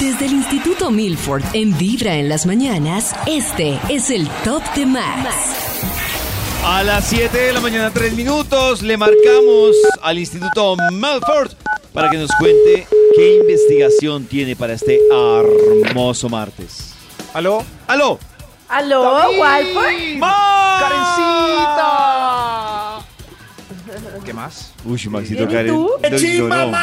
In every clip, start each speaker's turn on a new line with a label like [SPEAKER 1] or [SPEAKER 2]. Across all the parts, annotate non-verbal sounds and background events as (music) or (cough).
[SPEAKER 1] Desde el Instituto Milford en Vibra en las mañanas, este es el Top de Max.
[SPEAKER 2] A las 7 de la mañana, 3 minutos, le marcamos al Instituto Melford para que nos cuente qué investigación tiene para este hermoso martes.
[SPEAKER 3] ¿Aló?
[SPEAKER 2] ¡Aló!
[SPEAKER 4] ¿Aló, Walford?
[SPEAKER 2] ¡Max!
[SPEAKER 3] ¡Karencita! ¿Qué más?
[SPEAKER 2] Uy, Maxito
[SPEAKER 4] ¿Y
[SPEAKER 2] Karen.
[SPEAKER 4] tú?
[SPEAKER 2] no, no, no.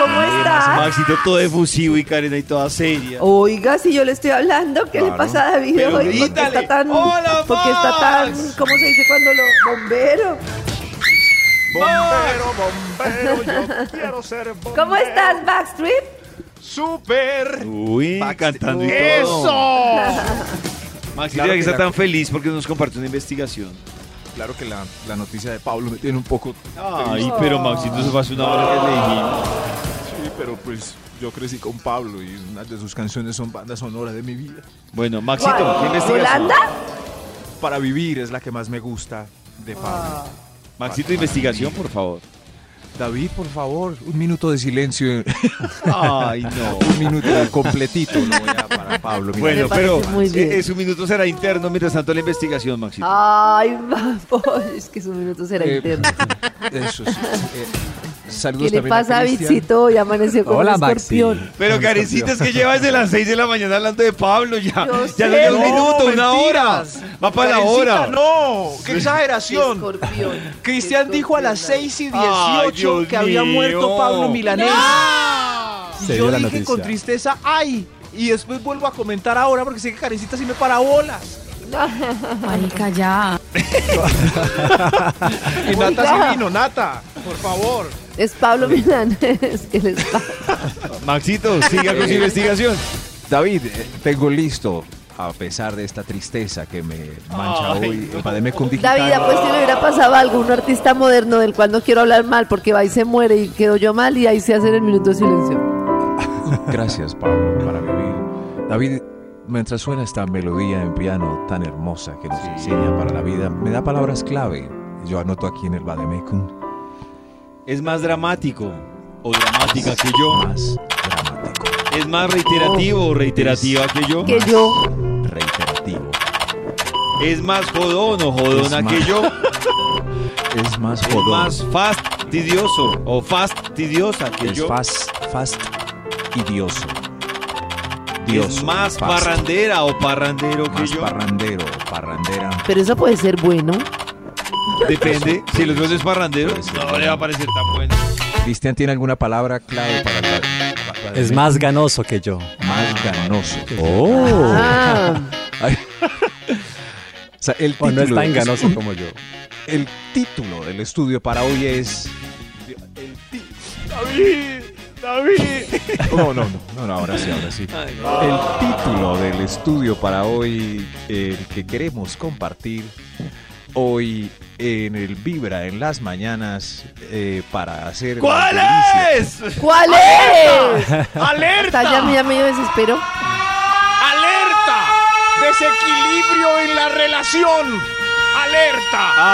[SPEAKER 4] ¿Cómo estás?
[SPEAKER 2] Maxito todo efusivo y Karen ahí toda seria.
[SPEAKER 4] Oiga, si yo le estoy hablando, ¿qué
[SPEAKER 3] Claro.
[SPEAKER 4] le pasa a David
[SPEAKER 2] Pero
[SPEAKER 4] hoy? Porque
[SPEAKER 2] grítale.
[SPEAKER 4] está tan.
[SPEAKER 2] ¡Hola,
[SPEAKER 4] porque está tan.
[SPEAKER 2] Max!
[SPEAKER 4] ¿Cómo se dice cuando lo. bombero?
[SPEAKER 3] Bombero, bombero, yo quiero ser bombero.
[SPEAKER 4] ¿Cómo estás, Backstreet?
[SPEAKER 3] ¡Súper!
[SPEAKER 2] Uy, cantando y todo.
[SPEAKER 3] ¡Eso!
[SPEAKER 2] Maxito ya
[SPEAKER 3] Claro
[SPEAKER 2] que
[SPEAKER 3] que
[SPEAKER 2] está
[SPEAKER 3] la-
[SPEAKER 2] tan feliz porque nos comparte una investigación.
[SPEAKER 3] Claro que la, la noticia de Pablo me tiene un poco...
[SPEAKER 2] Ay, pero Maxito se fue hace una hora que le dijimos.
[SPEAKER 3] Sí, pero pues yo crecí con Pablo y una de sus canciones son bandas sonoras de mi vida.
[SPEAKER 2] Bueno, Maxito, ¿qué
[SPEAKER 4] ¿Cuál?
[SPEAKER 2] investigación?
[SPEAKER 4] ¿Holanda?
[SPEAKER 3] Para vivir es la que más me gusta de Pablo.
[SPEAKER 2] Maxito, investigación, por favor.
[SPEAKER 3] David, por favor, un minuto de silencio. (laughs)
[SPEAKER 2] Ay, no.
[SPEAKER 3] un minuto completito lo voy a para Pablo. mira.
[SPEAKER 2] Bueno,
[SPEAKER 4] parece
[SPEAKER 2] pero
[SPEAKER 4] muy bien. Ah.
[SPEAKER 2] eh, su minuto será interno mientras tanto la investigación, Maxito.
[SPEAKER 4] Ay, Walford, es que su minuto será
[SPEAKER 3] Eh,
[SPEAKER 4] interno.
[SPEAKER 3] Eso sí. Eh,
[SPEAKER 4] ¿Qué
[SPEAKER 3] saludos
[SPEAKER 4] le
[SPEAKER 3] también a
[SPEAKER 4] pasa a
[SPEAKER 3] Cristian.
[SPEAKER 4] Vicito? Hoy amaneció con
[SPEAKER 3] Hola,
[SPEAKER 4] un
[SPEAKER 3] Maxi.
[SPEAKER 4] escorpión.
[SPEAKER 2] Pero Karencita, es que lleva desde las 6 de la mañana hablando de Pablo ya.
[SPEAKER 4] Yo
[SPEAKER 2] Ya
[SPEAKER 4] sé.
[SPEAKER 2] no lleva un
[SPEAKER 4] No,
[SPEAKER 2] minuto, una hora.
[SPEAKER 5] mentiras.
[SPEAKER 2] Va para la
[SPEAKER 5] Karencita,
[SPEAKER 2] hora.
[SPEAKER 5] No, qué exageración.
[SPEAKER 4] Escorpión.
[SPEAKER 5] Cristian dijo a las
[SPEAKER 4] Escorpión,
[SPEAKER 5] 6 y
[SPEAKER 2] Ay,
[SPEAKER 5] 18
[SPEAKER 2] Dios
[SPEAKER 5] que había
[SPEAKER 2] mío.
[SPEAKER 5] muerto Pablo Milanés. Y
[SPEAKER 3] Se dio
[SPEAKER 5] yo
[SPEAKER 3] la
[SPEAKER 5] dije
[SPEAKER 3] noticia.
[SPEAKER 5] con tristeza, ay. Y después vuelvo a comentar ahora porque sé que Karencita sí me para bolas.
[SPEAKER 6] Marica, ya.
[SPEAKER 5] Y Nata
[SPEAKER 4] Oiga.
[SPEAKER 5] sí vino, Nata, por favor.
[SPEAKER 4] David. Es Pablo Milanés. ¿Qué les pasa?
[SPEAKER 2] Maxito, siga
[SPEAKER 4] (laughs)
[SPEAKER 2] con su
[SPEAKER 3] Eh.
[SPEAKER 2] investigación.
[SPEAKER 3] David, eh, tengo listo, a pesar de esta tristeza que me mancha
[SPEAKER 2] Ay,
[SPEAKER 3] hoy,
[SPEAKER 2] no.
[SPEAKER 3] el Bademecum (laughs) Digital.
[SPEAKER 4] David, pues si le hubiera pasado algo, un artista moderno del cual no quiero hablar mal, porque va y se muere y quedo yo mal y ahí se hace el minuto de silencio.
[SPEAKER 3] Gracias, Pablo, para vivir. David, mientras suena esta melodía en piano tan hermosa que nos enseña para la vida, me da palabras clave. Yo anoto aquí en el Bademecum
[SPEAKER 2] Es más dramático o dramática que yo.
[SPEAKER 3] más dramático,
[SPEAKER 2] Es más reiterativo o reiterativa que yo.
[SPEAKER 4] Que yo,
[SPEAKER 3] reiterativo.
[SPEAKER 2] Es más jodón o jodona
[SPEAKER 3] Es
[SPEAKER 2] que
[SPEAKER 3] más
[SPEAKER 2] yo.
[SPEAKER 3] Es más
[SPEAKER 2] Es
[SPEAKER 3] jodón.
[SPEAKER 2] más fastidioso o fastidiosa que
[SPEAKER 3] es
[SPEAKER 2] yo.
[SPEAKER 3] fast, fast y dioso.
[SPEAKER 2] Es
[SPEAKER 3] Dioso,
[SPEAKER 2] más
[SPEAKER 3] fast,
[SPEAKER 2] parrandera o parrandero que
[SPEAKER 3] más
[SPEAKER 2] yo.
[SPEAKER 3] parrandero, parrandera.
[SPEAKER 4] pero eso puede ser bueno.
[SPEAKER 2] Depende. Si el otro es parrandero,
[SPEAKER 3] Puede ser.
[SPEAKER 2] Pues, no le va a parecer tan bueno.
[SPEAKER 3] Cristian tiene alguna palabra clave para el
[SPEAKER 7] Es más ganoso que yo.
[SPEAKER 3] más ganoso.
[SPEAKER 5] Oh,
[SPEAKER 4] Ah,
[SPEAKER 3] Ay. O sea, el
[SPEAKER 7] O
[SPEAKER 3] título,
[SPEAKER 7] no es tan ganoso como yo.
[SPEAKER 3] el título del estudio para hoy es el David, David. No, no, no, no, no, ahora sí, ahora sí. El título del estudio para hoy, el que queremos compartir hoy en el Vibra en las mañanas eh, para hacer
[SPEAKER 2] ¿Cuál
[SPEAKER 3] evangelicia.
[SPEAKER 2] es?
[SPEAKER 4] ¿Cuál es?
[SPEAKER 5] ¡Alerta!
[SPEAKER 4] Está ya, ya medio desespero.
[SPEAKER 5] ¡Alerta! ¡Desequilibrio en la relación! ¡Alerta!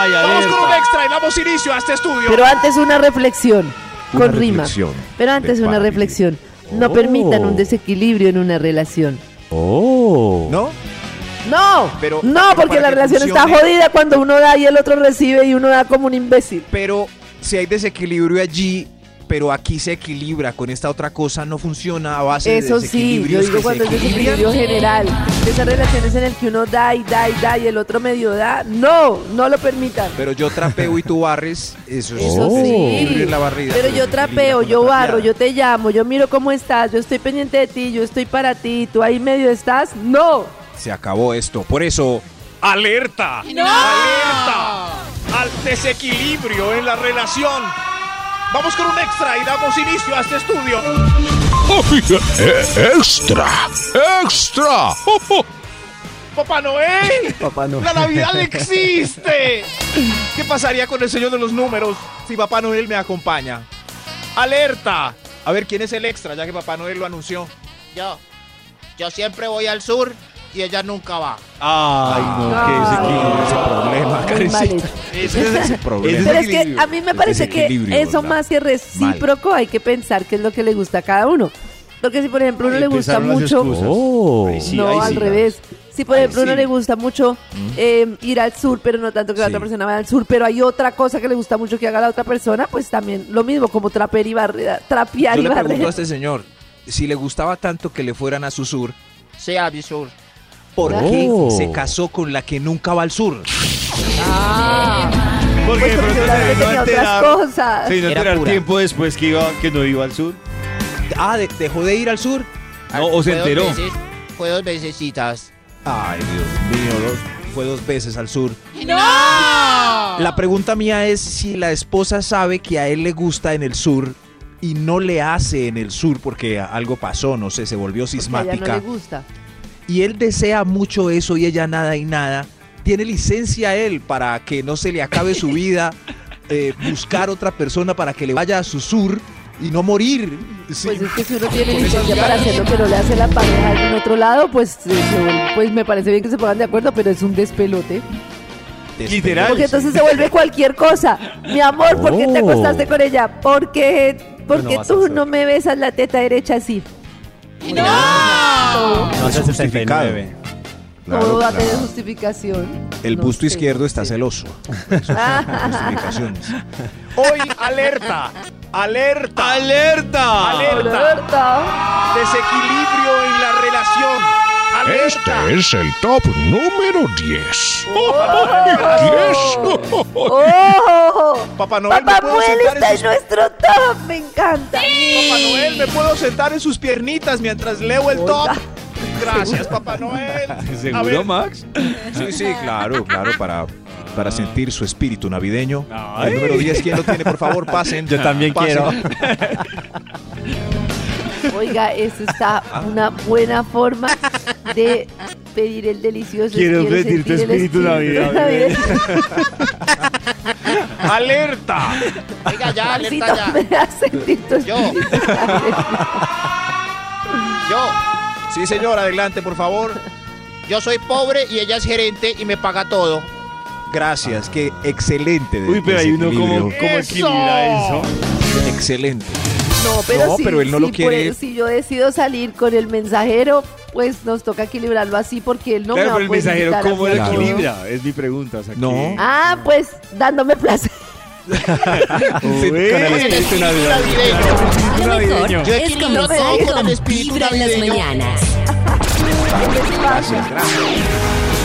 [SPEAKER 2] Ay,
[SPEAKER 5] Vamos con un
[SPEAKER 2] alerta.
[SPEAKER 5] extra y damos inicio a este estudio.
[SPEAKER 4] Pero antes una reflexión,
[SPEAKER 3] Una
[SPEAKER 4] con rima.
[SPEAKER 3] reflexión
[SPEAKER 4] Pero antes
[SPEAKER 3] de
[SPEAKER 4] una
[SPEAKER 3] Barbie.
[SPEAKER 4] reflexión. No
[SPEAKER 7] Oh.
[SPEAKER 4] permitan un desequilibrio en una relación.
[SPEAKER 7] Oh.
[SPEAKER 3] ¿No?
[SPEAKER 4] No,
[SPEAKER 5] Pero-
[SPEAKER 4] no,
[SPEAKER 5] pero
[SPEAKER 4] porque
[SPEAKER 5] para
[SPEAKER 4] la
[SPEAKER 5] que
[SPEAKER 4] relación está
[SPEAKER 5] funcione-
[SPEAKER 4] jodida cuando uno da y el otro recibe y uno da como un imbécil.
[SPEAKER 5] pero si hay desequilibrio allí, pero aquí se equilibra, con esta otra cosa no funciona a base
[SPEAKER 4] Eso
[SPEAKER 5] de
[SPEAKER 4] sí, yo
[SPEAKER 5] desequilibrios
[SPEAKER 4] digo
[SPEAKER 5] que
[SPEAKER 4] cuando es
[SPEAKER 5] se
[SPEAKER 4] desequilibrio
[SPEAKER 5] equilibran.
[SPEAKER 4] general. Esas relaciones en el que uno da y da y da y el otro medio da, no, no lo permitan.
[SPEAKER 5] Pero yo trapeo y tú barres, eso, es
[SPEAKER 4] Eso
[SPEAKER 3] Oh.
[SPEAKER 2] Oh.
[SPEAKER 5] desequilibrio
[SPEAKER 4] sí.
[SPEAKER 5] en la barrida.
[SPEAKER 4] Pero yo
[SPEAKER 5] se equilibra
[SPEAKER 4] trapeo,
[SPEAKER 5] con la
[SPEAKER 4] yo barro,
[SPEAKER 5] trapeada.
[SPEAKER 4] yo te llamo, yo miro cómo estás, yo estoy pendiente de ti, yo estoy para ti, tú ahí medio estás, no.
[SPEAKER 3] Se acabó esto. Por eso
[SPEAKER 5] ¡Alerta! ¡Alerta! Al desequilibrio en la relación. Vamos con un extra y damos inicio a este estudio.
[SPEAKER 8] ¡Extra! ¡Extra!
[SPEAKER 5] Papá Noel.
[SPEAKER 7] Papá Noel.
[SPEAKER 5] La Navidad existe. ¿Qué pasaría con el señor de los números si Papá Noel me acompaña? Alerta. A ver quién es el extra, ya que Papá Noel lo anunció.
[SPEAKER 8] Yo. Yo siempre voy al sur y ella nunca va.
[SPEAKER 2] Ay, no, qué desequilibrio.
[SPEAKER 3] Ese problema,
[SPEAKER 4] Muy mal
[SPEAKER 3] Karencita.
[SPEAKER 4] hecho.
[SPEAKER 2] Ese es ese
[SPEAKER 3] problema.
[SPEAKER 2] ese
[SPEAKER 4] Pero es que
[SPEAKER 2] desequilibrio.
[SPEAKER 4] a mí me parece que
[SPEAKER 3] desequilibrio,
[SPEAKER 4] eso
[SPEAKER 3] ¿verdad?
[SPEAKER 4] más que recíproco hay que pensar qué es lo que le gusta a cada uno. Porque si por ejemplo uno
[SPEAKER 2] Ahí
[SPEAKER 4] le gusta
[SPEAKER 2] empezaron las
[SPEAKER 4] mucho,
[SPEAKER 2] excusas.
[SPEAKER 7] Oh.
[SPEAKER 2] Ahí sí, ahí
[SPEAKER 4] no al
[SPEAKER 2] sí.
[SPEAKER 4] revés. Si por
[SPEAKER 2] Ahí
[SPEAKER 4] ejemplo uno
[SPEAKER 2] sí.
[SPEAKER 4] le gusta mucho eh, ir al sur, pero no tanto que la
[SPEAKER 3] Sí.
[SPEAKER 4] otra persona vaya al sur, pero hay otra cosa que le gusta mucho que haga la otra persona, pues también lo mismo, como trapear y barrer, trapear
[SPEAKER 3] Yo
[SPEAKER 4] y
[SPEAKER 3] le pregunto a
[SPEAKER 4] barrer.
[SPEAKER 3] este señor si le gustaba tanto que le fueran a su sur,
[SPEAKER 8] Sí, a mi sur.
[SPEAKER 3] ¿por
[SPEAKER 7] Oh.
[SPEAKER 3] qué se casó con la que nunca va al sur?
[SPEAKER 2] Porque
[SPEAKER 4] (laughs) Pues
[SPEAKER 2] de
[SPEAKER 4] porque
[SPEAKER 2] pronto se
[SPEAKER 4] seguramente
[SPEAKER 2] vino a
[SPEAKER 4] tenía otras
[SPEAKER 2] enterar.
[SPEAKER 4] cosas.
[SPEAKER 2] Se vino a
[SPEAKER 8] Era
[SPEAKER 2] enterar
[SPEAKER 8] pura.
[SPEAKER 2] tiempo después que, iba, que no iba al sur.
[SPEAKER 3] Ah, de- dejó de ir al sur.
[SPEAKER 2] No, o se
[SPEAKER 8] Fue dos
[SPEAKER 2] enteró.
[SPEAKER 8] veces- Fue dos vecesitas.
[SPEAKER 3] Ay, Dios mío, dos- fue dos veces al sur. ¡No! La pregunta mía es si la esposa sabe que a él le gusta en el sur y no le hace en el sur porque algo pasó, no sé, se volvió
[SPEAKER 4] Porque a ella no
[SPEAKER 3] sismática.
[SPEAKER 4] le gusta.
[SPEAKER 3] y él desea mucho eso y ella nada y nada. Tiene licencia él para que no se le
[SPEAKER 4] (laughs)
[SPEAKER 3] acabe su vida, eh, buscar otra persona para que le vaya a su sur y no morir. Sí.
[SPEAKER 4] Pues es que si uno tiene licencia para hacerlo, pero le hace la pareja en otro lado, pues, eh, se- pues me parece bien que se pongan de acuerdo, pero es un despelote.
[SPEAKER 2] Literal.
[SPEAKER 4] Porque entonces se vuelve cualquier cosa. Mi amor, ¿por qué te
[SPEAKER 7] Oh.
[SPEAKER 4] acostaste con ella? Porque, porque
[SPEAKER 7] vas a
[SPEAKER 4] tú
[SPEAKER 7] hacer.
[SPEAKER 4] no me besas la teta derecha así.
[SPEAKER 7] No hace 69.
[SPEAKER 4] Todo va a tener justificación.
[SPEAKER 3] El
[SPEAKER 4] No
[SPEAKER 3] busto
[SPEAKER 4] sé, Ah,
[SPEAKER 3] izquierdo
[SPEAKER 4] no
[SPEAKER 3] está
[SPEAKER 4] sé.
[SPEAKER 3] (laughs) celoso.
[SPEAKER 8] (laughs)
[SPEAKER 3] Justificaciones.
[SPEAKER 5] Hoy, alerta. Alerta.
[SPEAKER 2] ¡Alerta!
[SPEAKER 5] Alerta.
[SPEAKER 4] Roberto.
[SPEAKER 5] Desequilibrio en la relación. Alerta.
[SPEAKER 9] Este es el top número 10.
[SPEAKER 4] ¡Ojo!
[SPEAKER 5] Papá Noel, ¿me
[SPEAKER 4] Papá
[SPEAKER 5] puedo
[SPEAKER 4] Noel
[SPEAKER 5] sentar en
[SPEAKER 4] está en
[SPEAKER 5] sus-
[SPEAKER 4] nuestro top, me encanta.
[SPEAKER 5] Papá Noel, ¿me puedo sentar en sus piernitas mientras leo el top?
[SPEAKER 4] Oiga.
[SPEAKER 5] Gracias, Papá Noel. A ver,
[SPEAKER 2] (laughs) ¿Seguro, Max?
[SPEAKER 3] Sí, sí, claro, claro, para, para sentir su espíritu navideño.
[SPEAKER 2] Ah. Ay.
[SPEAKER 3] El número 10, ¿quién lo tiene? Por favor, pasen.
[SPEAKER 7] Yo también quiero.
[SPEAKER 4] Oiga, esa está una buena forma de pedir el delicioso.
[SPEAKER 2] Quiero pedir
[SPEAKER 4] sentir
[SPEAKER 2] tu
[SPEAKER 4] el
[SPEAKER 2] espíritu
[SPEAKER 4] (laughs)
[SPEAKER 2] navideño.
[SPEAKER 4] navideño.
[SPEAKER 5] alerta.
[SPEAKER 8] Oiga,
[SPEAKER 4] (laughs)
[SPEAKER 8] ya,
[SPEAKER 4] Maxito,
[SPEAKER 8] alerta ya.
[SPEAKER 4] me das sentir tu
[SPEAKER 8] Yo.
[SPEAKER 4] espíritu navideño.
[SPEAKER 8] Yo.
[SPEAKER 3] Sí, señor, adelante, por favor.
[SPEAKER 8] Yo soy pobre y ella es gerente y me paga todo.
[SPEAKER 3] Gracias, qué excelente. de-
[SPEAKER 2] Uy, pero hay uno
[SPEAKER 3] desequilibrio.
[SPEAKER 2] como, como equilibra eso.
[SPEAKER 3] Excelente.
[SPEAKER 4] No, pero,
[SPEAKER 3] No,
[SPEAKER 4] si,
[SPEAKER 3] pero él no lo
[SPEAKER 4] si
[SPEAKER 3] quiere.
[SPEAKER 4] por- si yo decido salir con el mensajero, pues nos toca equilibrarlo así porque él no me
[SPEAKER 2] claro,
[SPEAKER 4] va
[SPEAKER 2] pero
[SPEAKER 4] a
[SPEAKER 2] el
[SPEAKER 4] poder
[SPEAKER 2] mensajero,
[SPEAKER 4] invitar a
[SPEAKER 2] ¿cómo
[SPEAKER 4] mí
[SPEAKER 2] lo
[SPEAKER 4] a todo.
[SPEAKER 2] equilibra? Es mi pregunta. O sea,
[SPEAKER 3] No.
[SPEAKER 2] que-
[SPEAKER 4] Ah, pues dándome placer.
[SPEAKER 3] Sí, con el
[SPEAKER 8] Este
[SPEAKER 3] espíritu navideño.
[SPEAKER 1] Lo mejor
[SPEAKER 7] Navideño.
[SPEAKER 1] es comenzar
[SPEAKER 4] Yo
[SPEAKER 1] con
[SPEAKER 8] el espíritu
[SPEAKER 1] Vibra en las
[SPEAKER 8] navideño.
[SPEAKER 1] mañanas.
[SPEAKER 3] Gracias, gracias.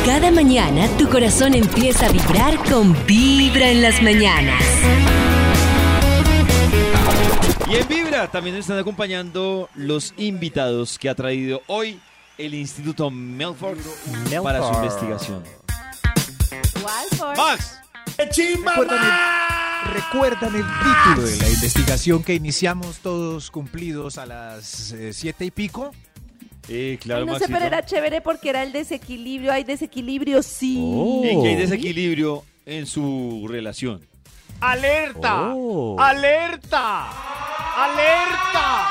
[SPEAKER 1] Cada mañana tu corazón empieza a vibrar con Vibra en las mañanas.
[SPEAKER 2] Y en Vibra también nos están acompañando los invitados que ha traído hoy el Instituto Melford, para su investigación. Max,
[SPEAKER 3] Recuerdan el título de la investigación que iniciamos todos cumplidos a las eh, siete y pico.
[SPEAKER 2] eh, claro,
[SPEAKER 4] Ay, No sé,
[SPEAKER 2] Maxito.
[SPEAKER 4] pero era chévere porque era el desequilibrio. Hay desequilibrio, sí.
[SPEAKER 7] Oh.
[SPEAKER 2] Y que hay desequilibrio en su relación.
[SPEAKER 5] Alerta.
[SPEAKER 7] Oh.
[SPEAKER 5] Alerta. Alerta.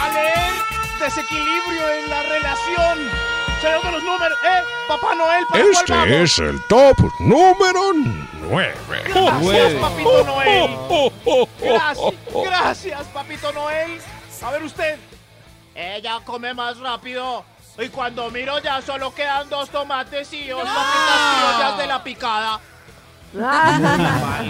[SPEAKER 5] Alerta. Desequilibrio en la relación. Señor de los números. Eh, Papá Noel, ¿para cuál vamos?
[SPEAKER 9] Este es el top número 9.
[SPEAKER 5] (laughs)
[SPEAKER 2] Ah,
[SPEAKER 5] Gracias,
[SPEAKER 2] Nueve.
[SPEAKER 5] Papito Noel.
[SPEAKER 2] Oh,
[SPEAKER 5] Gracias, gracias, Papito Noel. A ver usted.
[SPEAKER 8] Ella come más rápido. Y cuando miro ya solo quedan dos tomates y dos papitas criollas de la picada.
[SPEAKER 4] (laughs) Ah,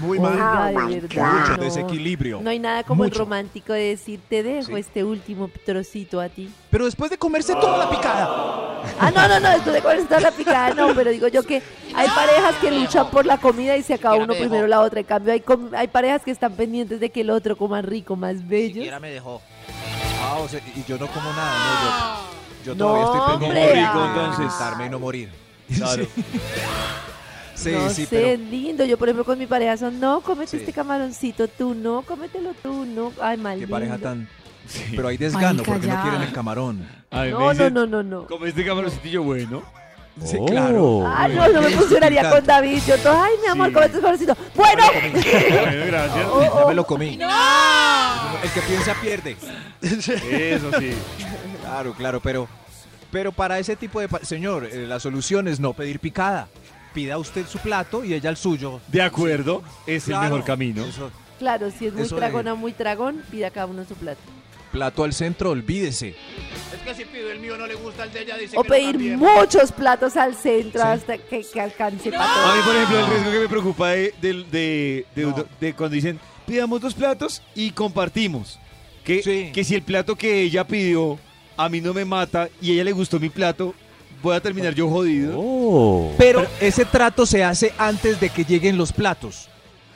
[SPEAKER 3] Muy
[SPEAKER 4] Ay, de verdad,
[SPEAKER 3] Mucho
[SPEAKER 4] no.
[SPEAKER 3] desequilibrio.
[SPEAKER 4] No hay nada como el
[SPEAKER 3] Mucho.
[SPEAKER 4] romántico de decir, te dejo este último trocito a ti.
[SPEAKER 3] Pero después de comerse toda la picada.
[SPEAKER 4] Ah, no, no, no, esto de cuál está la picada, no, pero digo yo que hay parejas que luchan por la comida y se acaba
[SPEAKER 8] Ya
[SPEAKER 4] uno
[SPEAKER 8] me
[SPEAKER 4] primero
[SPEAKER 8] dejó.
[SPEAKER 4] la otra. En cambio, hay, com- hay parejas que están pendientes de que el otro coma rico, más bello.
[SPEAKER 8] Siquiera me dejó.
[SPEAKER 3] Ah, o sea, y yo no como nada. No, yo, yo
[SPEAKER 4] Ah. No,
[SPEAKER 3] todavía estoy
[SPEAKER 4] hombre,
[SPEAKER 3] pendiente
[SPEAKER 4] ah.
[SPEAKER 3] de alimentarme y
[SPEAKER 4] (laughs)
[SPEAKER 3] no morir.
[SPEAKER 2] Claro.
[SPEAKER 3] Sí,
[SPEAKER 4] no
[SPEAKER 3] sí,
[SPEAKER 4] sé,
[SPEAKER 3] pero.
[SPEAKER 4] lindo. Yo, por ejemplo, con mi pareja son, no, cómete
[SPEAKER 3] Sí.
[SPEAKER 4] este camaroncito tú, no, cómetelo tú, no. Ay, mal
[SPEAKER 3] Qué pareja
[SPEAKER 4] lindo.
[SPEAKER 3] tan Pero hay desgano
[SPEAKER 6] Marica,
[SPEAKER 3] porque no
[SPEAKER 6] ya.
[SPEAKER 3] quieren el camarón.
[SPEAKER 4] No, no, no, no, no.
[SPEAKER 2] Como este (laughs) camaroncillo bueno.
[SPEAKER 3] Sí, claro.
[SPEAKER 9] Oh.
[SPEAKER 4] Ay, Ah, no, no me funcionaría con David. Yo todo, ay, mi amor, come tus colorcitos. Bueno,
[SPEAKER 2] Bueno, gracias.
[SPEAKER 3] Ya me lo comí. El que piensa pierde.
[SPEAKER 2] Eso sí.
[SPEAKER 3] Claro, claro, pero, pero para ese tipo de... pa- Señor, eh, la solución es no pedir picada. Pida usted su plato y ella el suyo.
[SPEAKER 2] De acuerdo, es
[SPEAKER 3] Claro,
[SPEAKER 2] el mejor camino.
[SPEAKER 3] eso.
[SPEAKER 4] claro, si es muy
[SPEAKER 3] Eso de-
[SPEAKER 4] tragona, muy tragón, pida cada uno su plato.
[SPEAKER 3] Plato al centro, olvídese.
[SPEAKER 8] Es que si pido el mío no le gusta el de ella, dice
[SPEAKER 4] O
[SPEAKER 8] que
[SPEAKER 4] pedir
[SPEAKER 8] no
[SPEAKER 4] muchos platos al centro hasta que, que alcance para
[SPEAKER 2] A mí,
[SPEAKER 4] todos.
[SPEAKER 2] por ejemplo, el riesgo que me preocupa de, de- de- de- de cuando dicen pidamos dos platos y compartimos. Que,
[SPEAKER 3] Sí.
[SPEAKER 2] que si el plato que ella pidió a mí no me mata y a ella le gustó mi plato, voy a terminar yo jodido.
[SPEAKER 3] Pero ese trato se hace antes de que lleguen los platos.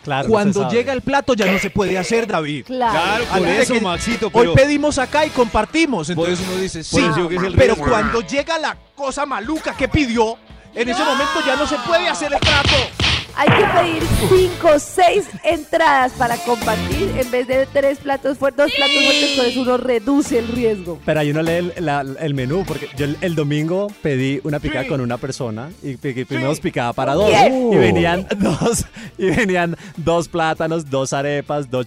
[SPEAKER 7] Claro, no se
[SPEAKER 3] Cuando
[SPEAKER 7] sabe.
[SPEAKER 3] llega el plato ya no se puede hacer, David.
[SPEAKER 2] Claro,
[SPEAKER 4] Claro.
[SPEAKER 2] por
[SPEAKER 3] Antes de
[SPEAKER 2] eso,
[SPEAKER 3] que-
[SPEAKER 2] Maxito.
[SPEAKER 3] Hoy
[SPEAKER 2] Pero,
[SPEAKER 3] pedimos acá y compartimos. Entonces uno dice, sí,
[SPEAKER 2] eso que es el
[SPEAKER 3] pero
[SPEAKER 2] riesgo.
[SPEAKER 3] cuando llega la cosa maluca que pidió, en ese momento ya no se puede hacer el trato.
[SPEAKER 4] Hay que pedir cinco o seis entradas para compartir en vez de tres platos fuertes, dos platos fuertes, entonces uno reduce el riesgo.
[SPEAKER 7] Pero ahí uno lee el, la- el menú, porque yo el, el domingo pedí una picada
[SPEAKER 8] Sí.
[SPEAKER 7] con una persona y pi- primero picada para dos.
[SPEAKER 4] Bien.
[SPEAKER 3] Uh.
[SPEAKER 7] Y venían dos, y venían dos plátanos, dos arepas, dos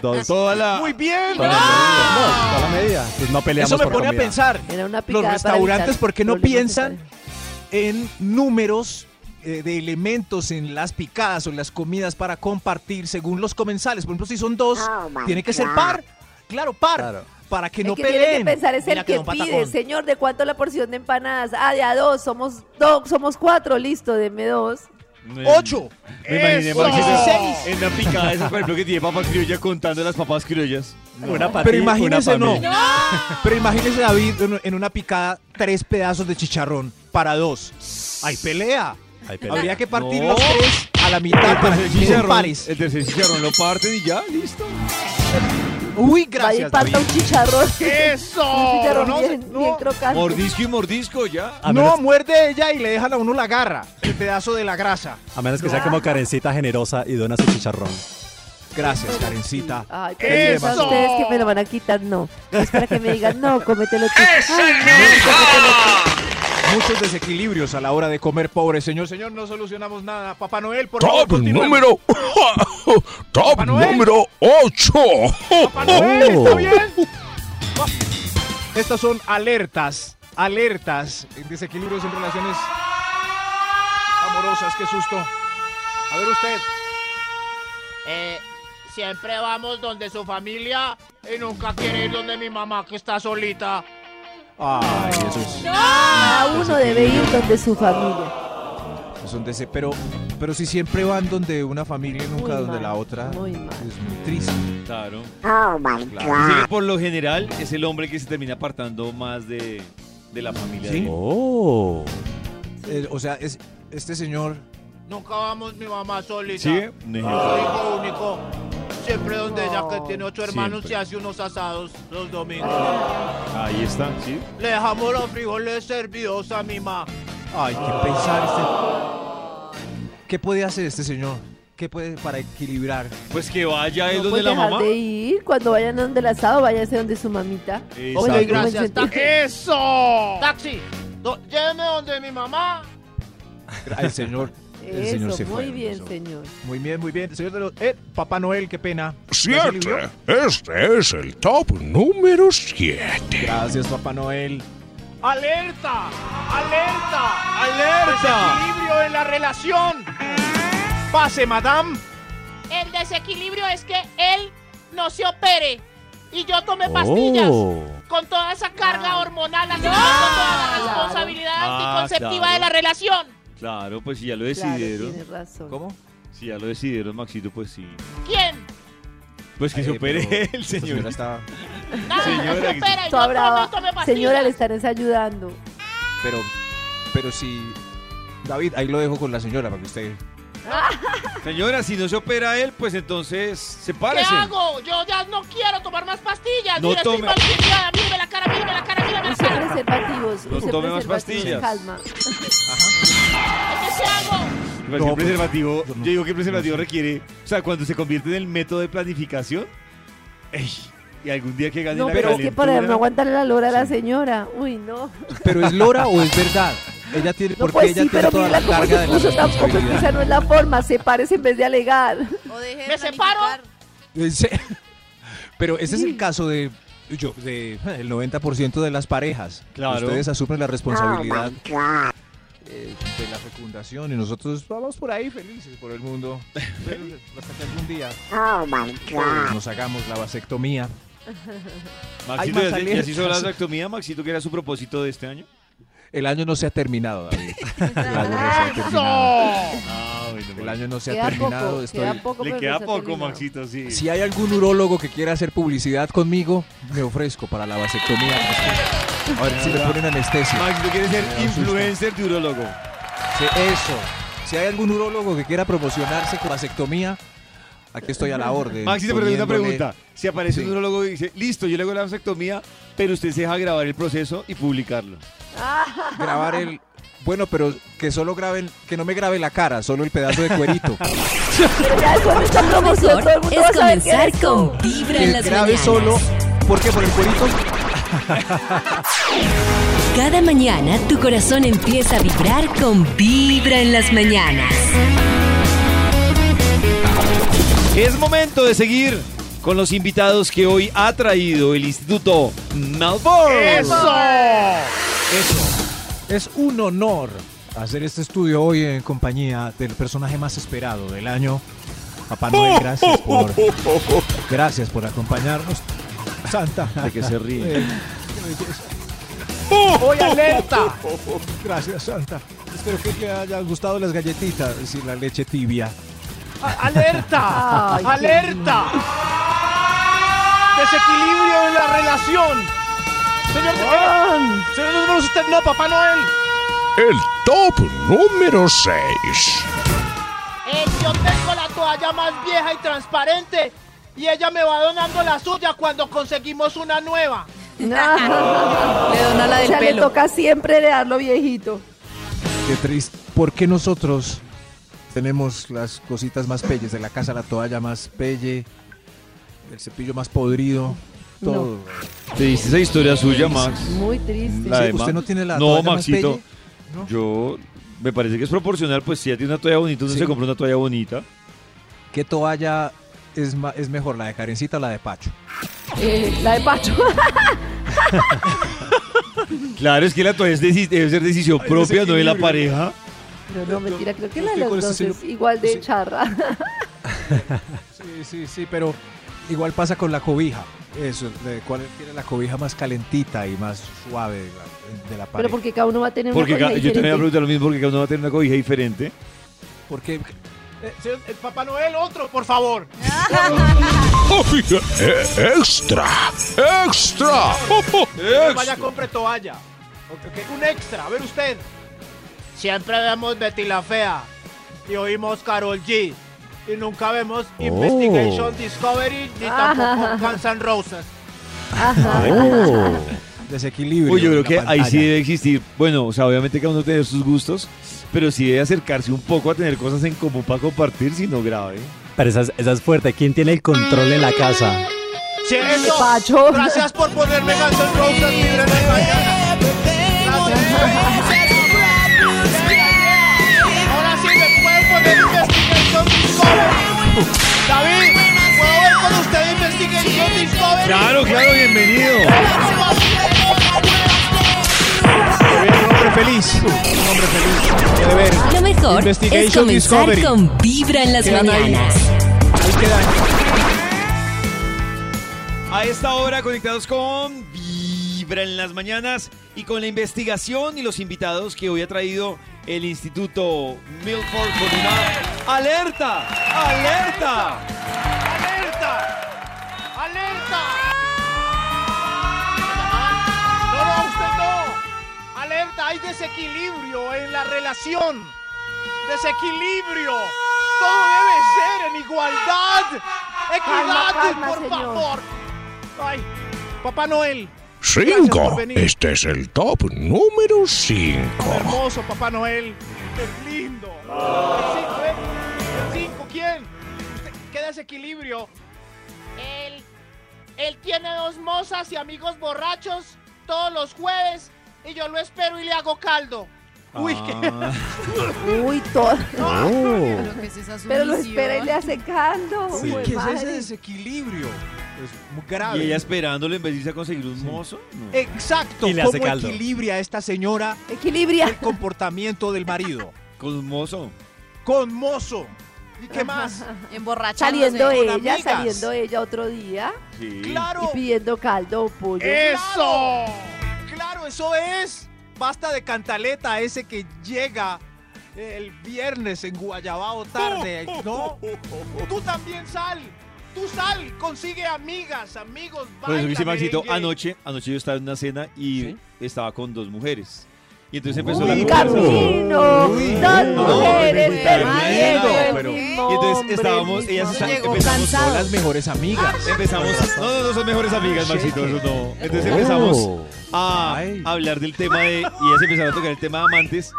[SPEAKER 3] (laughs)
[SPEAKER 7] dos.
[SPEAKER 2] toda la.
[SPEAKER 3] Muy bien.
[SPEAKER 7] toda la medida. No, toda la medida. Pues no peleamos
[SPEAKER 3] Eso me
[SPEAKER 7] por
[SPEAKER 3] pone a
[SPEAKER 7] comida.
[SPEAKER 3] pensar.
[SPEAKER 4] Era una
[SPEAKER 3] Los
[SPEAKER 4] picada para
[SPEAKER 3] restaurantes,
[SPEAKER 4] evitar
[SPEAKER 3] ¿por qué no
[SPEAKER 4] problemas
[SPEAKER 3] piensan
[SPEAKER 4] sociales.
[SPEAKER 3] en números eh, de elementos en las picadas o en las comidas para compartir según los comensales? Por ejemplo, si son dos, tiene que ser par. Claro, par. Para que no
[SPEAKER 4] el que tiene que
[SPEAKER 3] peleen.
[SPEAKER 4] pensar es
[SPEAKER 3] Mira,
[SPEAKER 4] el que
[SPEAKER 3] quedó un
[SPEAKER 4] pide,
[SPEAKER 3] patacón.
[SPEAKER 4] señor, ¿de cuánto la porción de empanadas? Ah, de a dos, somos dos, somos cuatro, listo, deme dos.
[SPEAKER 3] Ocho.
[SPEAKER 2] Me imaginé
[SPEAKER 8] ¡Eso!
[SPEAKER 2] Maxito,
[SPEAKER 3] ¡Dieciséis!
[SPEAKER 2] en la picada esa, por ejemplo, que tiene papas criolla contando las papas criollas.
[SPEAKER 7] Una para
[SPEAKER 3] Pero
[SPEAKER 7] ti,
[SPEAKER 3] imagínese,
[SPEAKER 7] una para
[SPEAKER 3] no.
[SPEAKER 7] mí.
[SPEAKER 3] Pero imagínese, David, en- en una picada, tres pedazos de chicharrón para dos. ¡Hay pelea!
[SPEAKER 7] Ay, pero-
[SPEAKER 3] Habría que partir
[SPEAKER 2] No.
[SPEAKER 3] los tres a la mitad para que queden Ah, pares.
[SPEAKER 2] el tercer chicharrón lo parten y ya, listo.
[SPEAKER 3] Uy,
[SPEAKER 4] Vaya y
[SPEAKER 3] gracias,
[SPEAKER 4] parta
[SPEAKER 3] David.
[SPEAKER 4] un chicharrón.
[SPEAKER 8] ¡Eso!
[SPEAKER 4] un chicharrón
[SPEAKER 8] No,
[SPEAKER 4] bien,
[SPEAKER 8] no.
[SPEAKER 4] bien crocante.
[SPEAKER 2] Mordisco y mordisco, ya.
[SPEAKER 7] A
[SPEAKER 3] No,
[SPEAKER 7] menos,
[SPEAKER 3] muerde ella y le dejan a uno la garra, el pedazo de la grasa.
[SPEAKER 7] a menos que sea como Karencita generosa y dona su chicharrón.
[SPEAKER 3] Gracias, Karencita.
[SPEAKER 4] Ay, pero
[SPEAKER 8] ¡Eso!
[SPEAKER 4] si es a ustedes que me lo van a quitar, no. Es para que me digan, no, cómetelo tú. Ay, no,
[SPEAKER 3] Muchos desequilibrios a la hora de comer, pobre señor. Señor, no solucionamos nada. Papá Noel, por favor,
[SPEAKER 9] Top
[SPEAKER 3] continúe.
[SPEAKER 9] número. (laughs) Top
[SPEAKER 8] Noel.
[SPEAKER 9] número 8.
[SPEAKER 8] ¿Está bien?
[SPEAKER 3] Estas son alertas, alertas, en desequilibrios en relaciones amorosas. Qué susto. A ver usted.
[SPEAKER 8] Eh, siempre vamos donde su familia y nunca quiere ir donde mi mamá que está solita.
[SPEAKER 3] Ay, eso es.
[SPEAKER 4] Cada uno debe ir donde su familia.
[SPEAKER 3] Es un dese- pero, pero si siempre van donde una familia y nunca
[SPEAKER 4] Muy
[SPEAKER 3] donde
[SPEAKER 4] mal,
[SPEAKER 3] la otra,
[SPEAKER 4] muy mal.
[SPEAKER 3] es muy triste.
[SPEAKER 2] Claro.
[SPEAKER 4] Oh,
[SPEAKER 2] Así que por lo general es el hombre que se termina apartando más de, de la familia.
[SPEAKER 3] Sí.
[SPEAKER 2] de-
[SPEAKER 7] Oh.
[SPEAKER 3] Eh, o sea, es, este señor.
[SPEAKER 8] Nunca vamos mi mamá solita.
[SPEAKER 2] Sí, un ejemplo.
[SPEAKER 8] Hijo único. Siempre donde ella que tiene ocho hermanos
[SPEAKER 2] Siempre.
[SPEAKER 8] se hace unos asados los domingos.
[SPEAKER 2] Ahí está, sí.
[SPEAKER 8] Le dejamos los frijoles servidos a mi mamá.
[SPEAKER 3] Ay, qué pensar este. ¿Qué puede hacer este señor? ¿Qué puede para equilibrar?
[SPEAKER 2] Pues que vaya él
[SPEAKER 4] No
[SPEAKER 2] donde
[SPEAKER 4] pueden
[SPEAKER 2] la
[SPEAKER 4] dejar
[SPEAKER 2] mamá.
[SPEAKER 4] de ir. Cuando vayan donde el asado, váyanse donde su mamita.
[SPEAKER 2] Exacto.
[SPEAKER 4] Bueno, y como
[SPEAKER 8] Gracias,
[SPEAKER 4] en sentido-
[SPEAKER 8] ¡Eso! ¡Taxi! Do- lléveme donde mi mamá.
[SPEAKER 3] El
[SPEAKER 2] (laughs)
[SPEAKER 3] señor. El
[SPEAKER 4] Eso,
[SPEAKER 3] señor se
[SPEAKER 4] muy
[SPEAKER 3] fue,
[SPEAKER 4] bien,
[SPEAKER 3] eso.
[SPEAKER 4] señor.
[SPEAKER 3] Muy bien, muy bien. Señor de los- Eh, Papá Noel, qué pena. ¿Ya se
[SPEAKER 9] 7.
[SPEAKER 3] alivió?
[SPEAKER 9] Este es el top número 7.
[SPEAKER 3] Gracias, Papá Noel.
[SPEAKER 8] ¡Alerta! ¡Alerta!
[SPEAKER 2] ¡Alerta!
[SPEAKER 8] ¡Equilibrio en la relación!
[SPEAKER 3] Pase, madame.
[SPEAKER 10] El desequilibrio es que él no se opere y yo tome
[SPEAKER 2] Oh.
[SPEAKER 10] pastillas con toda esa carga hormonal, así como con toda la
[SPEAKER 4] Claro.
[SPEAKER 10] responsabilidad
[SPEAKER 2] Ah,
[SPEAKER 10] anticonceptiva
[SPEAKER 2] claro.
[SPEAKER 10] de la relación.
[SPEAKER 2] Claro, pues si ya lo
[SPEAKER 4] Claro,
[SPEAKER 2] decidieron.
[SPEAKER 4] tienes razón.
[SPEAKER 3] ¿Cómo?
[SPEAKER 2] si ya lo decidieron, Maxito, pues sí.
[SPEAKER 10] ¿Quién?
[SPEAKER 2] Pues que se
[SPEAKER 3] Eh,
[SPEAKER 2] opere
[SPEAKER 3] pero
[SPEAKER 2] (laughs) el
[SPEAKER 3] esta
[SPEAKER 2] señor.
[SPEAKER 3] señora está.
[SPEAKER 10] Nada, no
[SPEAKER 2] Señora,
[SPEAKER 10] se opera
[SPEAKER 4] Toda
[SPEAKER 10] y yo tome,
[SPEAKER 4] brava.
[SPEAKER 10] tome pastillas.
[SPEAKER 4] Señora, le están es ayudando.
[SPEAKER 3] Pero, pero si. David, ahí lo dejo con la señora para que
[SPEAKER 2] (laughs)
[SPEAKER 3] usted.
[SPEAKER 2] Señora, si no se opera él, pues entonces
[SPEAKER 10] ¿Qué
[SPEAKER 2] sepárese.
[SPEAKER 10] hago? Yo ya no quiero tomar más pastillas.
[SPEAKER 2] No
[SPEAKER 10] Mira, estoy
[SPEAKER 2] tome.
[SPEAKER 10] malcriada. Mírame la cara, mírame la cara, mírame la
[SPEAKER 4] Use
[SPEAKER 10] cara.
[SPEAKER 3] Pues
[SPEAKER 4] preservativos.
[SPEAKER 2] No
[SPEAKER 4] use
[SPEAKER 2] tome más pastillas.
[SPEAKER 4] preservativos, Calma.
[SPEAKER 10] ¿Qué hago?
[SPEAKER 2] Me parece
[SPEAKER 3] No,
[SPEAKER 2] un
[SPEAKER 3] pues,
[SPEAKER 2] preservativo,
[SPEAKER 3] yo no-
[SPEAKER 2] yo digo que el preservativo requiere, o sea, cuando se convierte en el método de planificación, ey, Y algún día que gane
[SPEAKER 4] No,
[SPEAKER 2] la
[SPEAKER 4] pero es que
[SPEAKER 2] calentura-
[SPEAKER 4] para no aguantarle la lora a la señora. Uy, no.
[SPEAKER 3] Pero es Lora o es verdad. Ella tiene,
[SPEAKER 4] No,
[SPEAKER 3] porque
[SPEAKER 4] pues
[SPEAKER 3] ella
[SPEAKER 4] sí,
[SPEAKER 3] tiene
[SPEAKER 4] pero
[SPEAKER 3] toda la
[SPEAKER 4] mira cómo
[SPEAKER 3] carga de
[SPEAKER 4] se
[SPEAKER 3] la
[SPEAKER 4] puso tampoco. es que Esa
[SPEAKER 3] responsabilidad.
[SPEAKER 4] no es la forma. Sepárese en vez de alegar.
[SPEAKER 11] ¿Me separo?
[SPEAKER 3] En serio. Eh, (laughs) Pero ese es el caso de yo de eh, el 90% de las parejas.
[SPEAKER 2] Claro.
[SPEAKER 3] Ustedes asumen la responsabilidad
[SPEAKER 4] Oh,
[SPEAKER 3] eh, de la fecundación y nosotros vamos por ahí felices por el mundo. Pero Hasta que algún día
[SPEAKER 4] Oh,
[SPEAKER 3] pues, nos hagamos la vasectomía. Hay
[SPEAKER 2] Maxito, ¿ya se-
[SPEAKER 3] más
[SPEAKER 2] ¿ya
[SPEAKER 3] alertas.
[SPEAKER 2] se hizo la vasectomía, Maxito, que era su propósito de este año?
[SPEAKER 3] El año no se ha terminado,
[SPEAKER 4] (laughs)
[SPEAKER 3] David. El año no se ha terminado.
[SPEAKER 10] ¡Eso!
[SPEAKER 2] Ah, bueno,
[SPEAKER 3] El
[SPEAKER 2] bueno.
[SPEAKER 3] año no se ha
[SPEAKER 4] Queda
[SPEAKER 3] terminado.
[SPEAKER 4] poco,
[SPEAKER 3] estoy-
[SPEAKER 4] queda poco,
[SPEAKER 2] Le
[SPEAKER 4] pero
[SPEAKER 2] queda
[SPEAKER 4] no se ha
[SPEAKER 2] poco,
[SPEAKER 4] terminado.
[SPEAKER 2] Maxito, sí.
[SPEAKER 3] Si hay algún urólogo que quiera hacer publicidad conmigo, me ofrezco para la vasectomía. A ver si me ponen anestesia.
[SPEAKER 2] Maxito quiere ser
[SPEAKER 3] Me asusta.
[SPEAKER 2] influencer de urologo.
[SPEAKER 3] Sí, eso. Si hay algún urólogo que quiera promocionarse con vasectomía, aquí estoy a la orden.
[SPEAKER 2] Maxito, pero tengo una
[SPEAKER 3] poniéndole-
[SPEAKER 2] pregunta. Si aparece
[SPEAKER 3] Sí.
[SPEAKER 2] un urologo y dice, listo, yo le hago la vasectomía, pero usted se deja grabar el proceso y publicarlo.
[SPEAKER 3] Grabar el. Bueno, pero que solo graben, que no me grabe la cara, solo el pedazo de
[SPEAKER 1] (laughs)
[SPEAKER 3] cuerito.
[SPEAKER 4] Pero ya después de esta
[SPEAKER 1] Lo
[SPEAKER 4] promoción,
[SPEAKER 1] mejor
[SPEAKER 4] todo el mundo va
[SPEAKER 1] es
[SPEAKER 4] a saber quién
[SPEAKER 1] comenzar
[SPEAKER 4] eres tú.
[SPEAKER 1] con Vibra
[SPEAKER 3] que
[SPEAKER 1] en las
[SPEAKER 3] grabe
[SPEAKER 1] mañanas.
[SPEAKER 3] solo, porque por el cuerito
[SPEAKER 1] Cada mañana tu corazón empieza a vibrar con Vibra en las mañanas.
[SPEAKER 2] Es momento de seguir con los invitados que hoy ha traído el Instituto Malborn.
[SPEAKER 10] ¡Eso!
[SPEAKER 3] Es un honor hacer este estudio hoy en compañía del personaje más esperado del año. Papá Noel,
[SPEAKER 2] (laughs)
[SPEAKER 3] gracias por, gracias por acompañarnos. Santa,
[SPEAKER 2] De que se ríe.
[SPEAKER 3] eh,
[SPEAKER 10] ¡Voy alerta!
[SPEAKER 3] gracias Santa. Espero que te hayan gustado las galletitas y la leche tibia.
[SPEAKER 10] A- ¡Alerta!
[SPEAKER 4] Ay, qué
[SPEAKER 10] ¡Alerta! Desequilibrio en la relación. Señor, eh, señor, no, no, usted no, Papá Noel.
[SPEAKER 9] El top número (laughs) 6.
[SPEAKER 10] Eh, yo tengo la toalla más vieja y transparente y ella me va donando la suya cuando conseguimos una nueva.
[SPEAKER 4] Ah.
[SPEAKER 12] Le dona la
[SPEAKER 4] O
[SPEAKER 12] del
[SPEAKER 4] sea, le
[SPEAKER 12] pelo.
[SPEAKER 4] toca siempre heredarlo viejito.
[SPEAKER 3] Qué triste. ¿Por qué nosotros tenemos las cositas más pelles de la casa, la toalla más pelle, el cepillo más podrido,
[SPEAKER 4] No.
[SPEAKER 3] todo?
[SPEAKER 2] ¿Te diste esa historia suya, Max?
[SPEAKER 4] Muy triste.
[SPEAKER 2] La
[SPEAKER 3] Sí,
[SPEAKER 2] de
[SPEAKER 3] ¿usted
[SPEAKER 2] Ma-
[SPEAKER 3] no tiene la
[SPEAKER 2] No,
[SPEAKER 3] toalla más
[SPEAKER 2] Maxito.
[SPEAKER 3] pelle? ¿No?
[SPEAKER 2] Yo me parece que es proporcional, pues si ya tiene una toalla bonita, uno
[SPEAKER 3] Sí.
[SPEAKER 2] se compra una toalla bonita.
[SPEAKER 3] ¿Qué toalla es, ma- es mejor, la de Karencita o la de Pacho?
[SPEAKER 4] Eh, la de Pacho.
[SPEAKER 2] Claro, es que la toalla es deci- debe ser decisión propia, no de la
[SPEAKER 3] desequilibrio.
[SPEAKER 2] pareja.
[SPEAKER 4] Pero (laughs) no, mentira, creo que
[SPEAKER 3] yo
[SPEAKER 4] la de
[SPEAKER 3] estoy con
[SPEAKER 4] los
[SPEAKER 3] este
[SPEAKER 4] dos
[SPEAKER 3] señor-
[SPEAKER 4] es igual de
[SPEAKER 3] sí.
[SPEAKER 4] charra. (laughs)
[SPEAKER 3] Sí, sí, sí, pero igual pasa con la cobija. Eso, de cuál tiene la cobija más calentita y más suave de la, de la
[SPEAKER 4] Pero
[SPEAKER 3] pareja.
[SPEAKER 4] porque cada uno va a tener
[SPEAKER 2] Porque
[SPEAKER 4] una cosa
[SPEAKER 2] ca- yo también voy a
[SPEAKER 4] diferente.
[SPEAKER 2] preguntar lo mismo, porque cada uno va a tener una cobija diferente.
[SPEAKER 3] Porque
[SPEAKER 10] Eh, señor, eh, Papá Noel, otro, por favor.
[SPEAKER 9] Eh, Oh, Extra, extra. Oh,
[SPEAKER 10] Señor, Vaya, compre toalla. Un extra, a ver usted. Siempre vemos Betty la Fea y oímos Carol G. Y nunca vemos Investigation Discovery ni
[SPEAKER 4] Ajá.
[SPEAKER 10] tampoco Guns N' Roses.
[SPEAKER 3] desequilibrio.
[SPEAKER 2] Uy, Pues, yo creo
[SPEAKER 3] en la
[SPEAKER 2] que ahí sí
[SPEAKER 3] pantalla.
[SPEAKER 2] debe existir. Bueno, o sea, obviamente cada uno tiene sus gustos, pero sí debe acercarse un poco a tener cosas en común para compartir, si no grave.
[SPEAKER 7] Pero esa es, esa es fuerte. ¿Quién tiene el control en la casa?
[SPEAKER 10] Sí, eso.
[SPEAKER 4] Pacho.
[SPEAKER 10] Gracias por ponerme Guns N' Roses libre en la mañana. Gracias. Ahora sí me pueden poner Investigation Discovery. David, ¿puedo ver con usted Investigation Discovery?
[SPEAKER 2] Claro, claro, bienvenido.
[SPEAKER 3] Un hombre feliz. Un hombre feliz. De ver.
[SPEAKER 1] Lo mejor es
[SPEAKER 3] Investigation
[SPEAKER 1] comenzar
[SPEAKER 3] Discovery.
[SPEAKER 1] con Vibra en las
[SPEAKER 3] Quedan ahí.
[SPEAKER 1] mañanas.
[SPEAKER 3] Ahí queda.
[SPEAKER 2] A esta hora conectados con Vibra en las mañanas y con la investigación y los invitados que hoy ha traído el Instituto Milford con una alerta, alerta.
[SPEAKER 10] ¡Alerta! ¡Alerta!
[SPEAKER 4] ¡Ah!
[SPEAKER 10] No, no, usted no. Alerta, hay desequilibrio en la relación. Desequilibrio. Todo debe ser en igualdad. Equidad,
[SPEAKER 4] Calma, calma,
[SPEAKER 10] por
[SPEAKER 4] señor.
[SPEAKER 10] favor. Ay, Papá Noel. Gracias por
[SPEAKER 9] 5.
[SPEAKER 10] venir.
[SPEAKER 9] Este es el top número 5.
[SPEAKER 10] Hermoso, Papá Noel. Es lindo. El cinco, ¿eh? El cinco, ¿quién? Usted- ¿Qué desequilibrio?
[SPEAKER 11] El,
[SPEAKER 10] Él tiene dos mozas y amigos borrachos todos los jueves y yo lo espero y le hago caldo.
[SPEAKER 4] Uy,
[SPEAKER 2] Ah,
[SPEAKER 4] qué. Uy, todo.
[SPEAKER 6] Oh.
[SPEAKER 4] Pero lo espera y le hace caldo.
[SPEAKER 3] Uy,
[SPEAKER 4] Jue
[SPEAKER 3] ¿qué es ese
[SPEAKER 4] madre.
[SPEAKER 3] desequilibrio? Es muy
[SPEAKER 2] Y
[SPEAKER 3] grave.
[SPEAKER 2] ella esperándolo en vez de irse a conseguir un mozo. Eh, No.
[SPEAKER 5] Exacto.
[SPEAKER 2] Y le hace
[SPEAKER 5] ¿Cómo
[SPEAKER 2] caldo.
[SPEAKER 5] equilibria esta señora el
[SPEAKER 4] Equilibria.
[SPEAKER 5] comportamiento del marido?
[SPEAKER 2] Con un mozo.
[SPEAKER 5] Con mozo. ¿Y qué más?
[SPEAKER 6] Emborrachándose.
[SPEAKER 4] Saliendo ella,
[SPEAKER 5] amigas.
[SPEAKER 4] saliendo ella otro día
[SPEAKER 2] Sí.
[SPEAKER 4] y
[SPEAKER 5] ¡Claro!
[SPEAKER 4] pidiendo caldo o pollo.
[SPEAKER 5] ¡Eso! ¡Claro, eso es! Basta de cantaleta ese que llega el viernes en Guayabao tarde, ¿no? Tú también sal. Tú sal, consigue amigas, amigos,
[SPEAKER 2] Por eso
[SPEAKER 5] baila,
[SPEAKER 2] dice Maxito,
[SPEAKER 5] merengue.
[SPEAKER 2] anoche, anoche yo estaba en una cena y estaba con dos mujeres. Y entonces empezó la
[SPEAKER 4] Uy,
[SPEAKER 2] conversación.
[SPEAKER 4] Camino,
[SPEAKER 3] Uy.
[SPEAKER 4] dos
[SPEAKER 3] No,
[SPEAKER 4] mujeres
[SPEAKER 2] pero-
[SPEAKER 4] perdiendo
[SPEAKER 2] pero-
[SPEAKER 4] el mismo
[SPEAKER 2] Y entonces
[SPEAKER 4] hombre,
[SPEAKER 2] estábamos,
[SPEAKER 4] el
[SPEAKER 2] ellas
[SPEAKER 4] mismo-
[SPEAKER 2] estaban,
[SPEAKER 6] Llegó
[SPEAKER 2] empezamos
[SPEAKER 6] cansado.
[SPEAKER 2] solas,
[SPEAKER 3] Las mejores amigas.
[SPEAKER 2] empezamos, no, no, no son mejores amigas, Maxito, eso no. Entonces empezamos
[SPEAKER 3] Oh.
[SPEAKER 2] a hablar del tema de, y ellas empezaron a tocar el tema de amantes.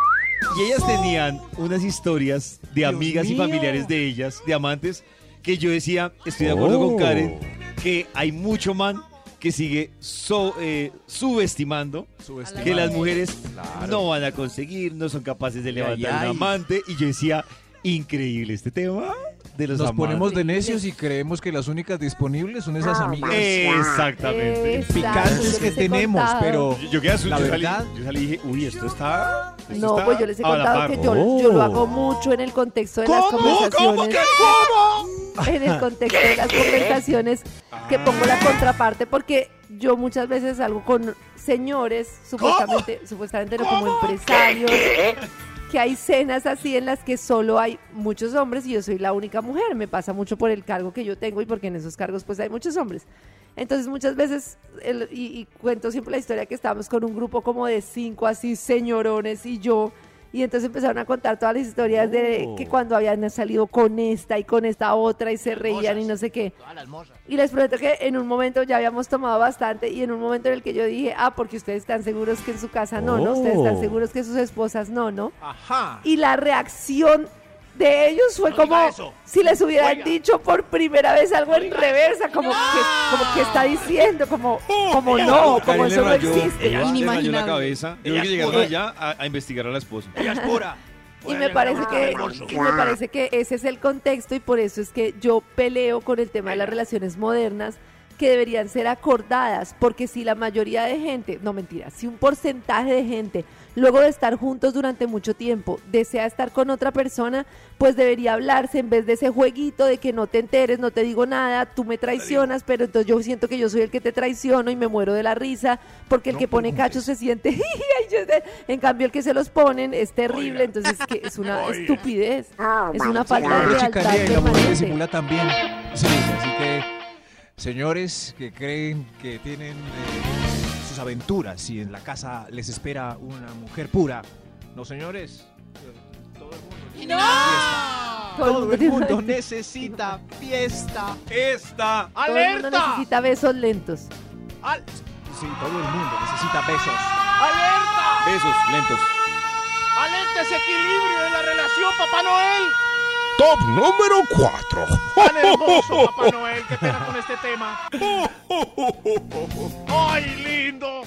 [SPEAKER 2] Y
[SPEAKER 3] Oh.
[SPEAKER 2] ellas tenían unas historias de amigas y familiares de ellas, de amantes, que yo decía, estoy de acuerdo con Karen,
[SPEAKER 3] Oh.
[SPEAKER 2] que hay mucho man que sigue so- eh, subestimando
[SPEAKER 6] Ay,
[SPEAKER 2] que las
[SPEAKER 6] madre.
[SPEAKER 2] mujeres no van a conseguir, no son capaces de levantar un amante. Y yo decía, increíble este tema de los
[SPEAKER 3] Nos
[SPEAKER 2] amantes.
[SPEAKER 3] ponemos de necios y creemos que las únicas disponibles son esas amigas.
[SPEAKER 2] Exactamente.
[SPEAKER 4] Exacto,
[SPEAKER 3] picantes
[SPEAKER 4] yo
[SPEAKER 3] que
[SPEAKER 4] les he
[SPEAKER 3] tenemos,
[SPEAKER 4] contado.
[SPEAKER 3] pero
[SPEAKER 2] Yo, yo quedé asustado,
[SPEAKER 3] La
[SPEAKER 2] yo salí-
[SPEAKER 3] verdad-
[SPEAKER 2] yo salí y dije, uy, esto está. esto
[SPEAKER 4] No,
[SPEAKER 2] está
[SPEAKER 4] pues yo les he
[SPEAKER 2] a la
[SPEAKER 4] contado
[SPEAKER 2] par".
[SPEAKER 4] que yo, yo lo hago mucho en el contexto de las conversaciones. En el contexto de las conversaciones que pongo la contraparte porque yo muchas veces salgo con señores, supuestamente, supuestamente no como empresarios, que hay cenas así en las que solo hay muchos hombres y yo soy la única mujer. Me pasa mucho por el cargo que yo tengo y porque en esos cargos pues hay muchos hombres. Entonces muchas veces, el- y, y cuento siempre la historia que estábamos con un grupo como de cinco así señorones y yo, y entonces empezaron a contar todas las historias de
[SPEAKER 7] Oh.
[SPEAKER 4] que cuando habían salido con esta y con esta otra y se reían y no sé qué.
[SPEAKER 8] Todas las mozas.
[SPEAKER 4] Y les prometo que en un momento ya habíamos tomado bastante y en un momento en el que yo dije, ah, porque ustedes están seguros que en su casa no, ¿no? Ustedes están
[SPEAKER 7] Oh.
[SPEAKER 4] seguros que sus esposas no, ¿no?
[SPEAKER 5] Ajá.
[SPEAKER 4] Y la reacción de ellos fue
[SPEAKER 5] No diga
[SPEAKER 4] como
[SPEAKER 5] eso.
[SPEAKER 4] si les hubieran
[SPEAKER 5] Oiga.
[SPEAKER 4] dicho por primera vez algo en reversa, como, que, como que está diciendo, como, como no, como
[SPEAKER 3] Karen le
[SPEAKER 4] eso no
[SPEAKER 3] rayó.
[SPEAKER 4] existe.
[SPEAKER 2] Ella le rayó la
[SPEAKER 6] Inimaginable.
[SPEAKER 2] cabeza. Yo creo que llegaron allá a, a investigar a la esposa.
[SPEAKER 5] Ella es pura.
[SPEAKER 4] Y me parece que y me parece que ese es el contexto y por eso es que yo peleo con el tema de las relaciones modernas que deberían ser acordadas, porque si la mayoría de gente, no mentira, si un porcentaje de gente luego de estar juntos durante mucho tiempo desea estar con otra persona, pues debería hablarse en vez de ese jueguito de que no te enteres, no te digo nada, tú me traicionas, pero entonces yo siento que yo soy el que te traiciono y me muero de la risa, porque el que pone cachos se siente, (laughs) "Ay, yo te-". en cambio el que se los ponen es terrible, entonces es que es una estupidez, es Ah, una falta de
[SPEAKER 3] Pero
[SPEAKER 4] lealtad
[SPEAKER 3] chicanea y la mujer
[SPEAKER 4] permanente.
[SPEAKER 3] disimula también. Sí, así que señores que creen que tienen eh, sus aventuras y en la casa les espera una mujer pura. No, señores.
[SPEAKER 4] Todo el
[SPEAKER 5] Todo
[SPEAKER 4] mundo
[SPEAKER 5] el
[SPEAKER 4] (laughs) tiene-
[SPEAKER 5] mundo necesita fiesta.
[SPEAKER 2] ¡Esta!
[SPEAKER 4] todo el mundo
[SPEAKER 5] ¡Alerta!
[SPEAKER 4] necesita besos lentos.
[SPEAKER 5] Al-
[SPEAKER 3] Sí, todo el mundo necesita besos.
[SPEAKER 5] ¡Alerta!
[SPEAKER 2] Besos lentos.
[SPEAKER 5] ¡Alerta desequilibrio en la relación, Papá Noel!
[SPEAKER 9] Top número 4.
[SPEAKER 5] ¡Tan
[SPEAKER 4] (laughs)
[SPEAKER 5] hermoso, Papá Noel! ¡Qué pena con este tema! ¡Ay, lindo!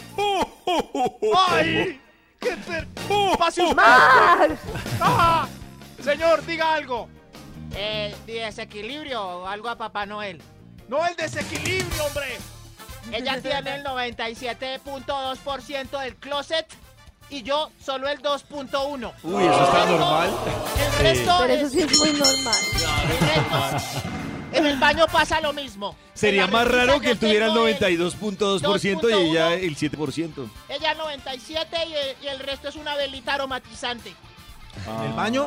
[SPEAKER 5] ¡Ay! ¡Qué per... ¡Pase usted!
[SPEAKER 4] ¡Ah!
[SPEAKER 5] ¡Ajá! Señor, diga algo.
[SPEAKER 10] Eh, desequilibrio, algo a Papá Noel.
[SPEAKER 5] ¡No el desequilibrio, hombre!
[SPEAKER 10] Ella tiene el 97.2% del closet y yo solo el 2.1.
[SPEAKER 2] Uy, eso está normal.
[SPEAKER 10] El resto
[SPEAKER 4] Pero eso
[SPEAKER 10] es-
[SPEAKER 4] sí es muy normal.
[SPEAKER 10] el resto- En el baño pasa lo mismo.
[SPEAKER 2] Sería
[SPEAKER 10] En la
[SPEAKER 2] más
[SPEAKER 10] repisa
[SPEAKER 2] raro que
[SPEAKER 10] yo
[SPEAKER 2] él tuviera el
[SPEAKER 10] tengo
[SPEAKER 2] 92.2% y ella el 7%.
[SPEAKER 10] Ella 97 y el, y el resto es una velita aromatizante. Sí,
[SPEAKER 3] ¿En el baño?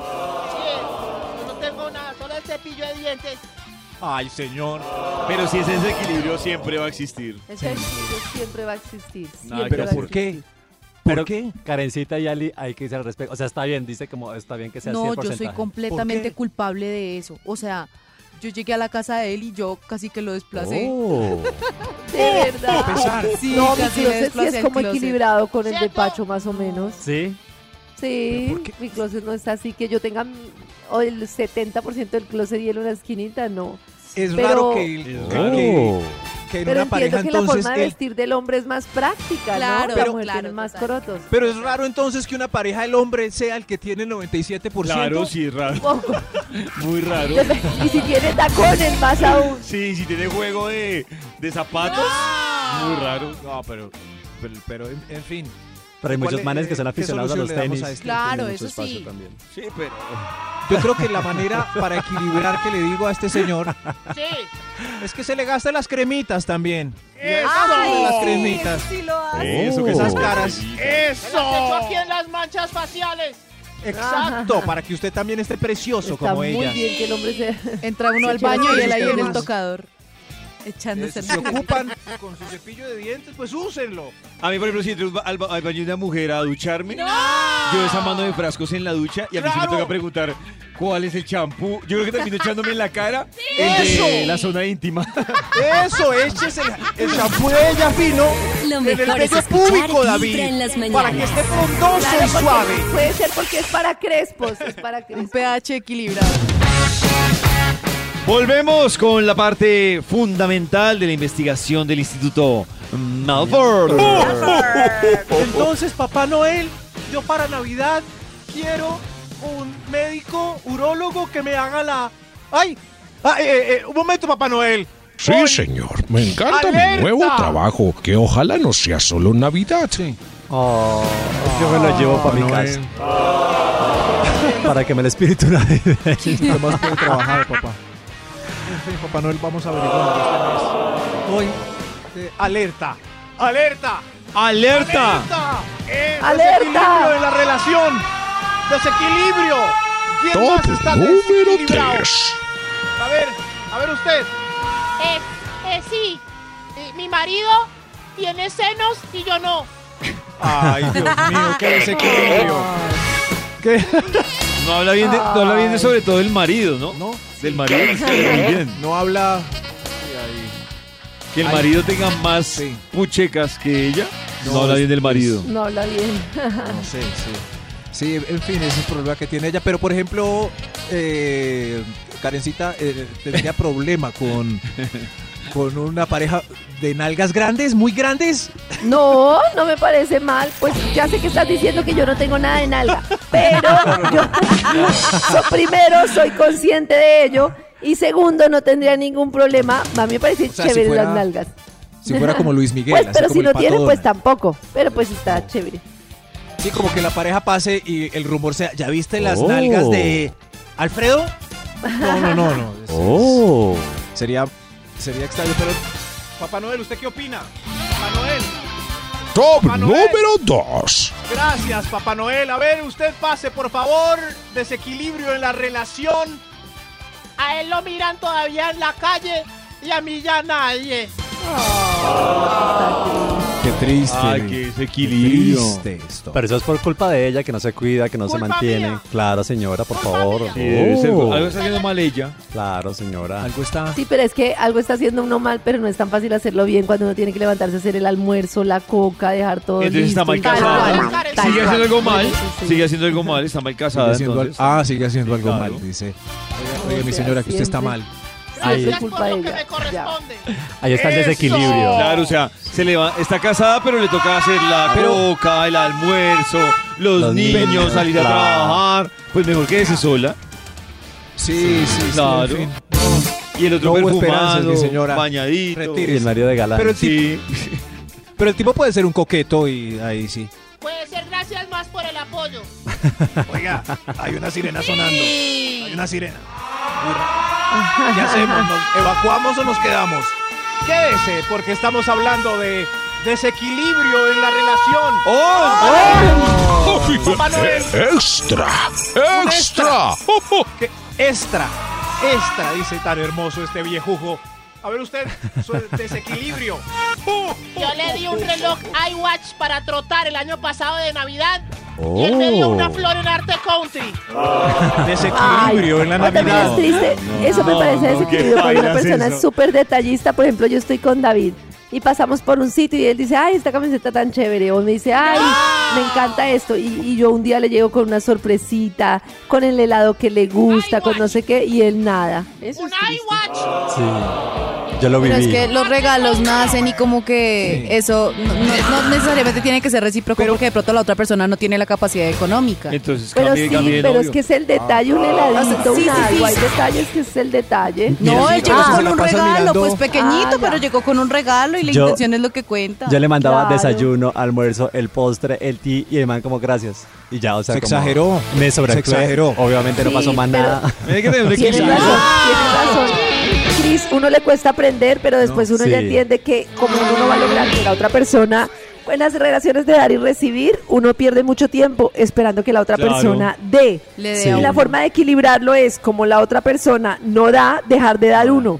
[SPEAKER 10] yo no tengo nada, solo el cepillo de dientes.
[SPEAKER 3] Ay, señor.
[SPEAKER 2] Pero si ese desequilibrio siempre va a existir.
[SPEAKER 4] Ese equilibrio siempre va a existir.
[SPEAKER 2] Nada
[SPEAKER 4] siempre
[SPEAKER 2] que
[SPEAKER 4] va
[SPEAKER 3] ¿Pero
[SPEAKER 4] a
[SPEAKER 2] hacer.
[SPEAKER 3] por
[SPEAKER 4] existir.
[SPEAKER 3] qué?
[SPEAKER 7] Pero
[SPEAKER 3] ¿Por qué?
[SPEAKER 7] Karencita y Ali, hay que irse al respecto. O sea, está bien, dice como está bien que sea
[SPEAKER 6] No,
[SPEAKER 7] 100%.
[SPEAKER 6] yo soy completamente culpable de eso. O sea, yo llegué a la casa de él y yo casi que lo desplacé.
[SPEAKER 7] Oh.
[SPEAKER 4] De verdad.
[SPEAKER 3] oh, (laughs)
[SPEAKER 6] Sí,
[SPEAKER 4] No, mi
[SPEAKER 6] casi le
[SPEAKER 4] closet sí
[SPEAKER 6] desplacé
[SPEAKER 4] es
[SPEAKER 6] el
[SPEAKER 4] como
[SPEAKER 6] closet.
[SPEAKER 4] equilibrado con el de
[SPEAKER 10] ¿Cierto?
[SPEAKER 4] Pacho, más o menos.
[SPEAKER 7] ¿Sí?
[SPEAKER 4] Sí, mi closet no está así que yo tenga mm, o el 70% del closet y él una esquinita, no.
[SPEAKER 3] Es
[SPEAKER 4] Pero-
[SPEAKER 3] raro que, el-
[SPEAKER 2] Es
[SPEAKER 3] que- que en
[SPEAKER 4] Pero
[SPEAKER 3] una pareja
[SPEAKER 4] entiendo que la
[SPEAKER 3] entonces eh,
[SPEAKER 4] forma de
[SPEAKER 3] él-
[SPEAKER 4] vestir del hombre es más práctica,
[SPEAKER 13] Claro,
[SPEAKER 4] ¿no?
[SPEAKER 13] Pero-
[SPEAKER 4] la mujer tiene
[SPEAKER 13] claro,
[SPEAKER 4] más
[SPEAKER 13] total.
[SPEAKER 4] corotos.
[SPEAKER 3] Pero es raro entonces que una pareja el hombre sea el que tiene el 97%.
[SPEAKER 2] Claro, sí, es raro. (laughs)
[SPEAKER 4] Poco. (laughs)
[SPEAKER 2] Muy raro.
[SPEAKER 4] y si tiene tacones, más aún.
[SPEAKER 2] Sí, si tiene juego de, de zapatos. Muy raro.
[SPEAKER 3] No, pero, pero, pero, en, en fin.
[SPEAKER 7] Pero hay
[SPEAKER 3] ¿Cuál
[SPEAKER 7] muchos
[SPEAKER 3] es- eh,
[SPEAKER 7] manes que son
[SPEAKER 3] qué
[SPEAKER 7] aficionados a
[SPEAKER 3] solución
[SPEAKER 7] los
[SPEAKER 3] le damos
[SPEAKER 7] tenis.
[SPEAKER 3] a este?
[SPEAKER 13] Claro,
[SPEAKER 7] Tiene mucho
[SPEAKER 13] eso
[SPEAKER 7] espacio
[SPEAKER 13] sí.
[SPEAKER 7] también.
[SPEAKER 2] Sí, pero.
[SPEAKER 3] Yo creo que la manera para equilibrar que le digo a este
[SPEAKER 7] (laughs)
[SPEAKER 3] señor
[SPEAKER 10] Sí.
[SPEAKER 3] es que se le gasten las cremitas también.
[SPEAKER 10] ¡Eso!
[SPEAKER 3] Ay, las cremitas.
[SPEAKER 13] eso sí lo hace.
[SPEAKER 2] Eso
[SPEAKER 9] Oh.
[SPEAKER 2] que
[SPEAKER 3] Esas
[SPEAKER 2] se-
[SPEAKER 3] caras.
[SPEAKER 6] (laughs)
[SPEAKER 10] Me las echo aquí en las manchas faciales.
[SPEAKER 3] Exacto, para que usted también esté precioso
[SPEAKER 4] Está
[SPEAKER 3] como
[SPEAKER 4] muy
[SPEAKER 3] ella.
[SPEAKER 4] bien que el hombre sea... (laughs)
[SPEAKER 13] Entra uno al baño y él ahí en el tocador,
[SPEAKER 3] Eh,
[SPEAKER 13] echándose
[SPEAKER 3] Si
[SPEAKER 13] el
[SPEAKER 3] se ocupan con su cepillo de dientes, pues úsenlo.
[SPEAKER 2] A mí, por ejemplo, si entro al, ba- al baño de una mujer a ducharme, yo esa mano de frascos en la ducha y a mí se me
[SPEAKER 3] ¡Claro!
[SPEAKER 2] toca preguntar cuál es el champú. Yo creo que termino echándome en la
[SPEAKER 3] (laughs)
[SPEAKER 2] cara el de
[SPEAKER 10] ¡Eso!
[SPEAKER 2] la zona íntima.
[SPEAKER 3] Eso, échese el- el champú de ella fino
[SPEAKER 1] Lo
[SPEAKER 3] en el
[SPEAKER 1] mejor es
[SPEAKER 3] bello
[SPEAKER 1] escuchar
[SPEAKER 3] público, David.
[SPEAKER 1] Vibra en las
[SPEAKER 3] Para que
[SPEAKER 1] mañanas.
[SPEAKER 3] esté
[SPEAKER 4] Claro,
[SPEAKER 3] frondoso y
[SPEAKER 4] porque
[SPEAKER 3] suave.
[SPEAKER 4] Puede ser porque es para crespos, es (laughs) para
[SPEAKER 13] un
[SPEAKER 4] crespos.
[SPEAKER 13] pH equilibrado.
[SPEAKER 2] Volvemos con la parte fundamental de la investigación del Instituto Malford.
[SPEAKER 3] Entonces, Papá Noel, yo para Navidad quiero un médico urólogo que me haga (laughs) la. ¡Ay! Ah, eh, eh, un momento, Papá Noel.
[SPEAKER 9] Sí,
[SPEAKER 3] Hoy-
[SPEAKER 9] señor. Me encanta mi
[SPEAKER 3] ¡Alerta!
[SPEAKER 9] nuevo trabajo, que ojalá no sea solo Navidad.
[SPEAKER 7] Oh, yo me lo llevo para mi casa. (laughs) Para que me el espíritu navideño.
[SPEAKER 3] Lo más puede trabajar, papá. En fin, Papá Noel, vamos a averiguar este mes. Hoy, eh, alerta. ¡Alerta!
[SPEAKER 2] ¡Alerta!
[SPEAKER 3] ¡Alerta! Eh,
[SPEAKER 4] ¡Alerta!
[SPEAKER 3] Desequilibrio en la relación. Desequilibrio. ¿Quién
[SPEAKER 9] Top
[SPEAKER 3] más está
[SPEAKER 9] número
[SPEAKER 3] desequilibrado?
[SPEAKER 9] 3.
[SPEAKER 3] A ver, a ver usted.
[SPEAKER 10] Eh, eh, sí. Eh, Mi marido tiene senos y yo no.
[SPEAKER 3] Ay, Dios mío, qué desequilibrio. ¿Qué?
[SPEAKER 2] No habla bien de, no habla bien de sobre todo el marido, ¿no?
[SPEAKER 3] No.
[SPEAKER 2] Del marido. Muy bien.
[SPEAKER 3] No habla.
[SPEAKER 2] Que el marido tenga más puchecas que ella. No,
[SPEAKER 3] No,
[SPEAKER 2] habla bien del
[SPEAKER 3] es-
[SPEAKER 2] marido.
[SPEAKER 4] No habla bien. (laughs)
[SPEAKER 3] No sé, sí. Sí, en fin, ese es el problema que tiene ella. Pero, por ejemplo, eh, Karencita eh, tenía problema con, con una pareja de nalgas grandes, muy grandes.
[SPEAKER 4] No, no me parece mal. Pues ya sé que estás diciendo que yo no tengo nada de nalga, pero yo (laughs) so- primero soy consciente de ello y segundo no tendría ningún problema. A mí me parecen
[SPEAKER 3] O sea, si
[SPEAKER 4] chéveres
[SPEAKER 3] fuera
[SPEAKER 4] las nalgas.
[SPEAKER 3] Si fuera como Luis Miguel.
[SPEAKER 4] Pues,
[SPEAKER 3] así
[SPEAKER 4] pero
[SPEAKER 3] como
[SPEAKER 4] si
[SPEAKER 3] el
[SPEAKER 4] no
[SPEAKER 3] Pato
[SPEAKER 4] tiene, pues
[SPEAKER 3] Donald.
[SPEAKER 4] tampoco. Pero pues está chévere.
[SPEAKER 3] Sí, como que la pareja pase y el rumor sea, ¿ya viste las nalgas de Alfredo? No, no, no, no. es-
[SPEAKER 7] Oh.
[SPEAKER 3] Sería, sería extraño, pero... Papá Noel, ¿usted qué opina? Papá Noel,
[SPEAKER 9] Top
[SPEAKER 3] Papá Noel.
[SPEAKER 9] número 2.
[SPEAKER 3] gracias, Papá Noel. A ver, usted pase, por favor. Desequilibrio en la relación.
[SPEAKER 10] A él lo miran todavía en la calle y a mí ya nadie.
[SPEAKER 3] Qué triste.
[SPEAKER 2] Ay, qué desequilibrio.
[SPEAKER 3] esto.
[SPEAKER 7] Pero eso es por culpa de ella, que no se cuida, que no se
[SPEAKER 10] Culpa
[SPEAKER 7] mantiene.
[SPEAKER 10] mía.
[SPEAKER 7] Claro, señora, por
[SPEAKER 10] Culpa
[SPEAKER 7] favor.
[SPEAKER 10] mía.
[SPEAKER 2] Sí, debe ser-
[SPEAKER 7] Oh.
[SPEAKER 2] Algo está haciendo mal ella.
[SPEAKER 7] Claro, señora.
[SPEAKER 3] Algo está...
[SPEAKER 4] Sí, pero es que algo está haciendo uno mal, pero no es tan fácil hacerlo bien cuando uno tiene que levantarse a hacer el almuerzo, la coca, dejar
[SPEAKER 3] Oh,
[SPEAKER 4] todo
[SPEAKER 2] Entonces está
[SPEAKER 4] listo.
[SPEAKER 2] mal
[SPEAKER 4] y tal
[SPEAKER 2] casada.
[SPEAKER 4] cual,
[SPEAKER 10] Sigue
[SPEAKER 4] tal
[SPEAKER 2] Sigue
[SPEAKER 4] cual.
[SPEAKER 2] haciendo algo mal.
[SPEAKER 4] Sí, sí, sí.
[SPEAKER 2] Sigue haciendo algo mal. Está mal casada.
[SPEAKER 3] Sigue siendo al-
[SPEAKER 2] entonces.
[SPEAKER 3] ah, sigue haciendo
[SPEAKER 2] Sí,
[SPEAKER 3] algo
[SPEAKER 2] claro.
[SPEAKER 3] mal, dice. Oiga,
[SPEAKER 4] O
[SPEAKER 3] oiga, mi
[SPEAKER 4] sea,
[SPEAKER 3] señora, que usted está
[SPEAKER 4] siempre-
[SPEAKER 3] mal.
[SPEAKER 4] Ahí.
[SPEAKER 10] Gracias
[SPEAKER 4] Culpa
[SPEAKER 10] por
[SPEAKER 4] de
[SPEAKER 10] lo que
[SPEAKER 4] ella.
[SPEAKER 10] me corresponde.
[SPEAKER 7] Ahí está el
[SPEAKER 10] ¡Eso!
[SPEAKER 7] desequilibrio.
[SPEAKER 3] Ah.
[SPEAKER 2] Claro, o sea, se le va, está casada, pero le toca hacer la
[SPEAKER 3] Pero-
[SPEAKER 2] coca, el almuerzo, los,
[SPEAKER 7] Los
[SPEAKER 2] niños,
[SPEAKER 7] niños,
[SPEAKER 2] salir a
[SPEAKER 7] claro.
[SPEAKER 2] trabajar. Pues mejor quédese sola.
[SPEAKER 3] Sí, sí, sí,
[SPEAKER 2] Claro.
[SPEAKER 3] en fin.
[SPEAKER 2] Y el otro
[SPEAKER 3] No hubo esperanzas,
[SPEAKER 2] perfumado,
[SPEAKER 3] mi señora.
[SPEAKER 2] bañadito.
[SPEAKER 3] Retire.
[SPEAKER 7] Y el marido de galán.
[SPEAKER 3] Pero el tipo,
[SPEAKER 2] Sí.
[SPEAKER 3] pero el tipo puede ser un coqueto y ahí sí.
[SPEAKER 10] Puede ser gracias más por el apoyo.
[SPEAKER 3] Oiga, hay una sirena sonando. Hay una sirena. ¿Qué hacemos? ¿Nos evacuamos o nos quedamos? Quédese, porque estamos hablando de desequilibrio en la relación. Papá Noel.
[SPEAKER 9] Extra. Extra.
[SPEAKER 3] Que extra, extra, dice tan hermoso este viejujo. A ver usted, su desequilibrio.
[SPEAKER 10] Yo le di un reloj iWatch para trotar el año pasado de Navidad y él me dio
[SPEAKER 7] Oh.
[SPEAKER 10] una flor en arte country.
[SPEAKER 3] Desequilibrio en la
[SPEAKER 4] No, también
[SPEAKER 3] Navidad.
[SPEAKER 4] es triste. eso me
[SPEAKER 2] no,
[SPEAKER 4] parece
[SPEAKER 2] no,
[SPEAKER 4] desequilibrio
[SPEAKER 2] qué
[SPEAKER 4] cuando una
[SPEAKER 2] vainas
[SPEAKER 4] persona es
[SPEAKER 2] eso.
[SPEAKER 4] súper detallista. Por ejemplo, yo estoy con David y pasamos por un sitio y él dice, ay, esta camiseta tan chévere. O me dice, ay, me encanta esto. Y, y yo un día le llego con una sorpresita, con el helado que le gusta, con no sé qué, y él nada. Eso
[SPEAKER 10] Un
[SPEAKER 7] Ah.
[SPEAKER 4] es triste.
[SPEAKER 10] iWatch.
[SPEAKER 7] Sí.
[SPEAKER 10] Y
[SPEAKER 7] Yo lo
[SPEAKER 6] Pero
[SPEAKER 7] viví.
[SPEAKER 6] es que los regalos nacen y como que eso no, no- no necesariamente tiene que ser recíproco porque de pronto la otra persona no tiene la capacidad económica.
[SPEAKER 2] Entonces
[SPEAKER 4] Pero
[SPEAKER 2] cambie,
[SPEAKER 4] sí,
[SPEAKER 2] cambie de
[SPEAKER 4] pero es
[SPEAKER 2] novio.
[SPEAKER 4] que es el detalle, un heladito,
[SPEAKER 6] Ah. Sí,
[SPEAKER 4] un
[SPEAKER 6] sí, sí.
[SPEAKER 4] algo. Hay detalles que es el detalle.
[SPEAKER 6] No, él llegó
[SPEAKER 7] Ah, se
[SPEAKER 6] con
[SPEAKER 7] la
[SPEAKER 6] un
[SPEAKER 7] pasan
[SPEAKER 6] regalo,
[SPEAKER 7] mirando.
[SPEAKER 6] pues pequeñito, pero llegó con un regalo y la
[SPEAKER 7] Yo-
[SPEAKER 6] intención es lo que cuenta.
[SPEAKER 7] Yo le mandaba
[SPEAKER 6] Claro.
[SPEAKER 7] desayuno, almuerzo, el postre, el ti y el man como gracias. Y ya, o sea,
[SPEAKER 3] Se
[SPEAKER 7] como-
[SPEAKER 3] exageró.
[SPEAKER 7] Me sobreactué.
[SPEAKER 3] Se exageró.
[SPEAKER 7] Obviamente no
[SPEAKER 4] Sí,
[SPEAKER 7] pasó más
[SPEAKER 4] pero- (laughs)
[SPEAKER 7] nada.
[SPEAKER 2] Tiene que tener un
[SPEAKER 4] Tienes
[SPEAKER 2] equilibrio.
[SPEAKER 4] razón, tienes razón. Cris, uno le cuesta aprender, pero después uno
[SPEAKER 7] sí.
[SPEAKER 4] ya entiende que como uno no va a lograr que la otra persona, en las relaciones de dar y recibir, uno pierde mucho tiempo esperando que la otra
[SPEAKER 2] Claro.
[SPEAKER 4] persona dé.
[SPEAKER 6] Le dé
[SPEAKER 7] Sí.
[SPEAKER 6] a
[SPEAKER 4] Y
[SPEAKER 6] uno.
[SPEAKER 4] la forma de equilibrarlo es, como la otra persona no da, dejar de
[SPEAKER 7] Ah,
[SPEAKER 4] dar uno.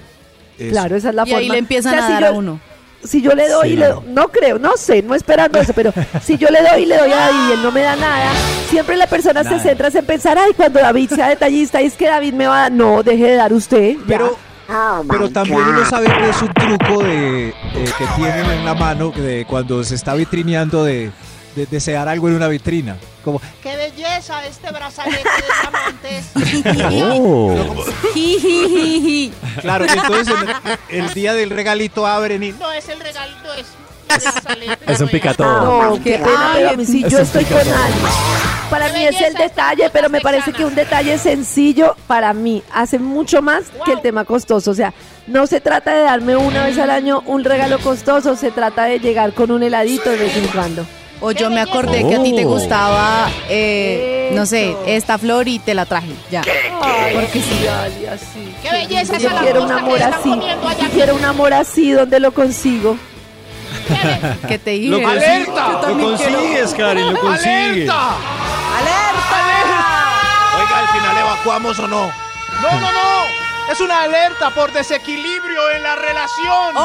[SPEAKER 3] Eso.
[SPEAKER 4] Claro, esa es la
[SPEAKER 6] y
[SPEAKER 4] forma.
[SPEAKER 6] ahí le empiezan
[SPEAKER 4] O sea,
[SPEAKER 6] a
[SPEAKER 4] si
[SPEAKER 6] dar
[SPEAKER 4] yo-
[SPEAKER 6] a uno.
[SPEAKER 4] si yo le doy
[SPEAKER 7] Sí,
[SPEAKER 4] y le
[SPEAKER 7] no,
[SPEAKER 4] doy, no creo, no sé, no esperando eso, pero si yo le doy y le doy a David y él no me da nada, siempre la persona
[SPEAKER 7] Nada.
[SPEAKER 4] se centra en pensar, ay, cuando David sea detallista, es que David me va a dar, no, deje de dar usted. ya". (laughs)
[SPEAKER 3] Pero,
[SPEAKER 2] Oh,
[SPEAKER 3] pero también uno sabe que es un truco de, eh, que tienen en la mano de cuando se está vitrineando de, de desear algo en una vitrina. Como,
[SPEAKER 10] ¡Qué belleza este brazalete de
[SPEAKER 7] (laughs)
[SPEAKER 10] diamantes!
[SPEAKER 7] Oh.
[SPEAKER 6] Jijijiji.
[SPEAKER 5] Claro, y entonces
[SPEAKER 2] (laughs)
[SPEAKER 5] el, el día del regalito abren y...
[SPEAKER 10] No es el regalito, es el brazalete.
[SPEAKER 7] Oh. Es un picatón.
[SPEAKER 4] Ah, no,
[SPEAKER 6] qué
[SPEAKER 4] qué pena,
[SPEAKER 6] ay,
[SPEAKER 4] pero a mí sí, yo estoy con alguien. Para
[SPEAKER 10] Qué
[SPEAKER 4] mí es el
[SPEAKER 10] belleza,
[SPEAKER 4] detalle, pero me parece que un detalle sencillo para mí hace mucho más que el tema costoso. O sea, no se trata de darme una vez al año un regalo costoso, se trata de llegar con un heladito de vez en cuando.
[SPEAKER 6] O yo me acordé que a ti te
[SPEAKER 7] Oh.
[SPEAKER 6] gustaba, eh, no sé, esta flor y te la traje. Ya. Porque sí.
[SPEAKER 10] ¡Qué belleza
[SPEAKER 4] Yo
[SPEAKER 10] esa
[SPEAKER 4] quiero un
[SPEAKER 10] langosta que
[SPEAKER 4] amor
[SPEAKER 10] están
[SPEAKER 4] así.
[SPEAKER 10] comiendo allá!
[SPEAKER 4] Yo quiero un amor así, ¿dónde lo consigo? (laughs)
[SPEAKER 10] Miren,
[SPEAKER 6] (laughs) Que te dije.
[SPEAKER 2] Lo
[SPEAKER 6] pero sí,
[SPEAKER 2] consigues,
[SPEAKER 6] yo
[SPEAKER 2] lo
[SPEAKER 6] también quiero.
[SPEAKER 2] consigues, Karen, lo consigues.
[SPEAKER 5] Oiga, al final evacuamos o no.
[SPEAKER 8] No, no, no. Es una alerta por desequilibrio en la relación.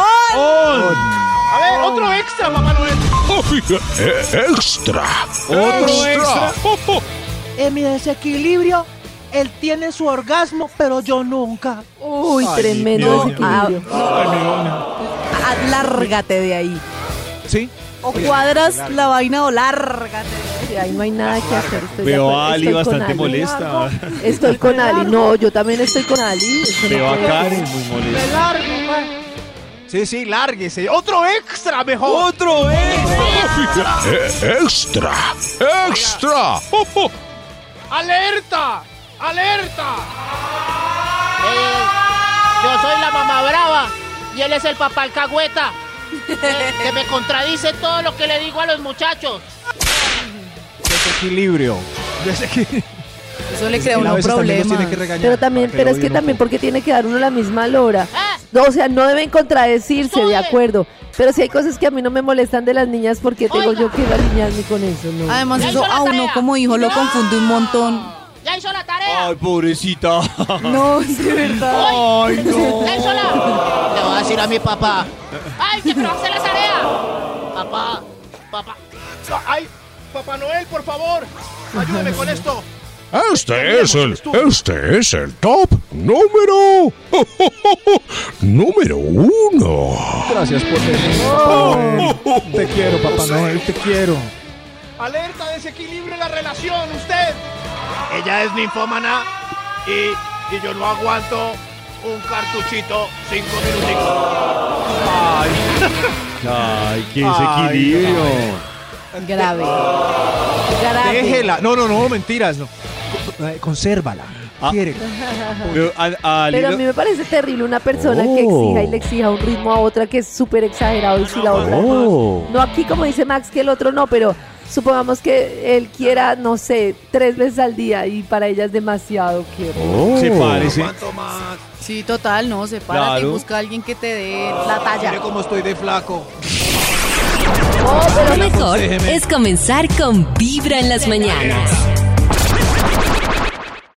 [SPEAKER 8] A ver, otro extra, Papá Noel.
[SPEAKER 9] ¡Extra!
[SPEAKER 2] Otro extra.
[SPEAKER 8] En mi desequilibrio, él tiene su orgasmo, pero yo nunca.
[SPEAKER 4] Uy, tremendo Ah, desequilibrio.
[SPEAKER 6] Lárgate de ahí.
[SPEAKER 3] sí,
[SPEAKER 6] O cuadras la vaina o lárgate.
[SPEAKER 4] Sí, ahí no hay nada que hacer. estoy de
[SPEAKER 2] Veo
[SPEAKER 4] acuerdo,
[SPEAKER 2] a Ali
[SPEAKER 4] estoy con
[SPEAKER 2] bastante
[SPEAKER 4] Ali.
[SPEAKER 2] molesta.
[SPEAKER 4] Estoy con Ali. No, yo también estoy con Ali. eso no
[SPEAKER 2] Veo a
[SPEAKER 4] puede
[SPEAKER 2] Karen muy molesta.
[SPEAKER 5] Sí, sí, lárguese. Otro extra mejor.
[SPEAKER 2] Otro extra.
[SPEAKER 9] ¡Extra! ¡Extra!
[SPEAKER 8] ¡Alerta! ¡Alerta!
[SPEAKER 10] eh, yo soy la mamá brava y él es el
[SPEAKER 4] (laughs)
[SPEAKER 10] papá alcahueta. eh, que me contradice todo lo que le digo a los muchachos.
[SPEAKER 3] desequilibrio. Desequilibrio.
[SPEAKER 6] Eso le crea uno
[SPEAKER 3] A
[SPEAKER 6] un
[SPEAKER 3] veces también los tiene que
[SPEAKER 6] problema.
[SPEAKER 3] regañar
[SPEAKER 4] Pero también,
[SPEAKER 2] Ah,
[SPEAKER 3] para
[SPEAKER 4] pero
[SPEAKER 3] lo
[SPEAKER 4] es que
[SPEAKER 3] odien un
[SPEAKER 4] también
[SPEAKER 3] poco.
[SPEAKER 4] porque tiene que dar uno la misma lora.
[SPEAKER 10] Ah.
[SPEAKER 4] No, o sea, no deben contradecirse, de
[SPEAKER 10] Estudien.
[SPEAKER 4] acuerdo. Pero si hay cosas que a mí no me molestan de las niñas, porque tengo
[SPEAKER 10] Oiga.
[SPEAKER 4] yo que ir a alinearme con eso? No.
[SPEAKER 6] Además,
[SPEAKER 10] Ya
[SPEAKER 6] eso
[SPEAKER 10] hizo la
[SPEAKER 6] a uno
[SPEAKER 10] tarea.
[SPEAKER 6] como hijo lo confunde un montón.
[SPEAKER 10] Ya hizo la tarea.
[SPEAKER 2] Ay, pobrecita.
[SPEAKER 6] No, es de verdad.
[SPEAKER 2] Ay, no.
[SPEAKER 10] Ya hizo la. Le voy a decir a mi papá. Ay, que pero hace la tarea. Papá, papá.
[SPEAKER 8] ¡Ay! Papá Noel, por favor, ayúdeme con esto.
[SPEAKER 9] Este es el, este es el top número, (laughs) número uno.
[SPEAKER 3] Gracias por tenerme, Papá Noel. Te quiero, Papá Noel, te quiero.
[SPEAKER 8] Alerta, desequilibrio en la relación, usted. Ella es ninfómana y, y yo no aguanto un cartuchito cinco minutitos.
[SPEAKER 2] Ay, qué desequilibrio.
[SPEAKER 6] Grave.
[SPEAKER 2] Ah,
[SPEAKER 6] Grave.
[SPEAKER 5] Déjela. No, no, no, mentiras. No.
[SPEAKER 3] Eh, Consérvala.
[SPEAKER 2] Ah.
[SPEAKER 3] Quiérela.
[SPEAKER 2] Pero a- a
[SPEAKER 4] Pero a
[SPEAKER 2] Lilo-
[SPEAKER 4] mí me parece terrible una persona
[SPEAKER 7] Oh.
[SPEAKER 4] que exija y le exija un ritmo a otra que es súper exagerado y si la otra
[SPEAKER 7] Oh.
[SPEAKER 4] no. No aquí como dice Max que el otro no, pero supongamos que él quiera, no sé, tres veces al día y para ella es demasiado quiero.
[SPEAKER 7] Oh.
[SPEAKER 2] se parece.
[SPEAKER 6] Sí, total, no, sepárate y
[SPEAKER 2] Claro.
[SPEAKER 6] busca a alguien que te dé la
[SPEAKER 5] Mire
[SPEAKER 6] talla.
[SPEAKER 5] cómo estoy de flaco.
[SPEAKER 1] Lo mejor es comenzar con Vibra en las mañanas.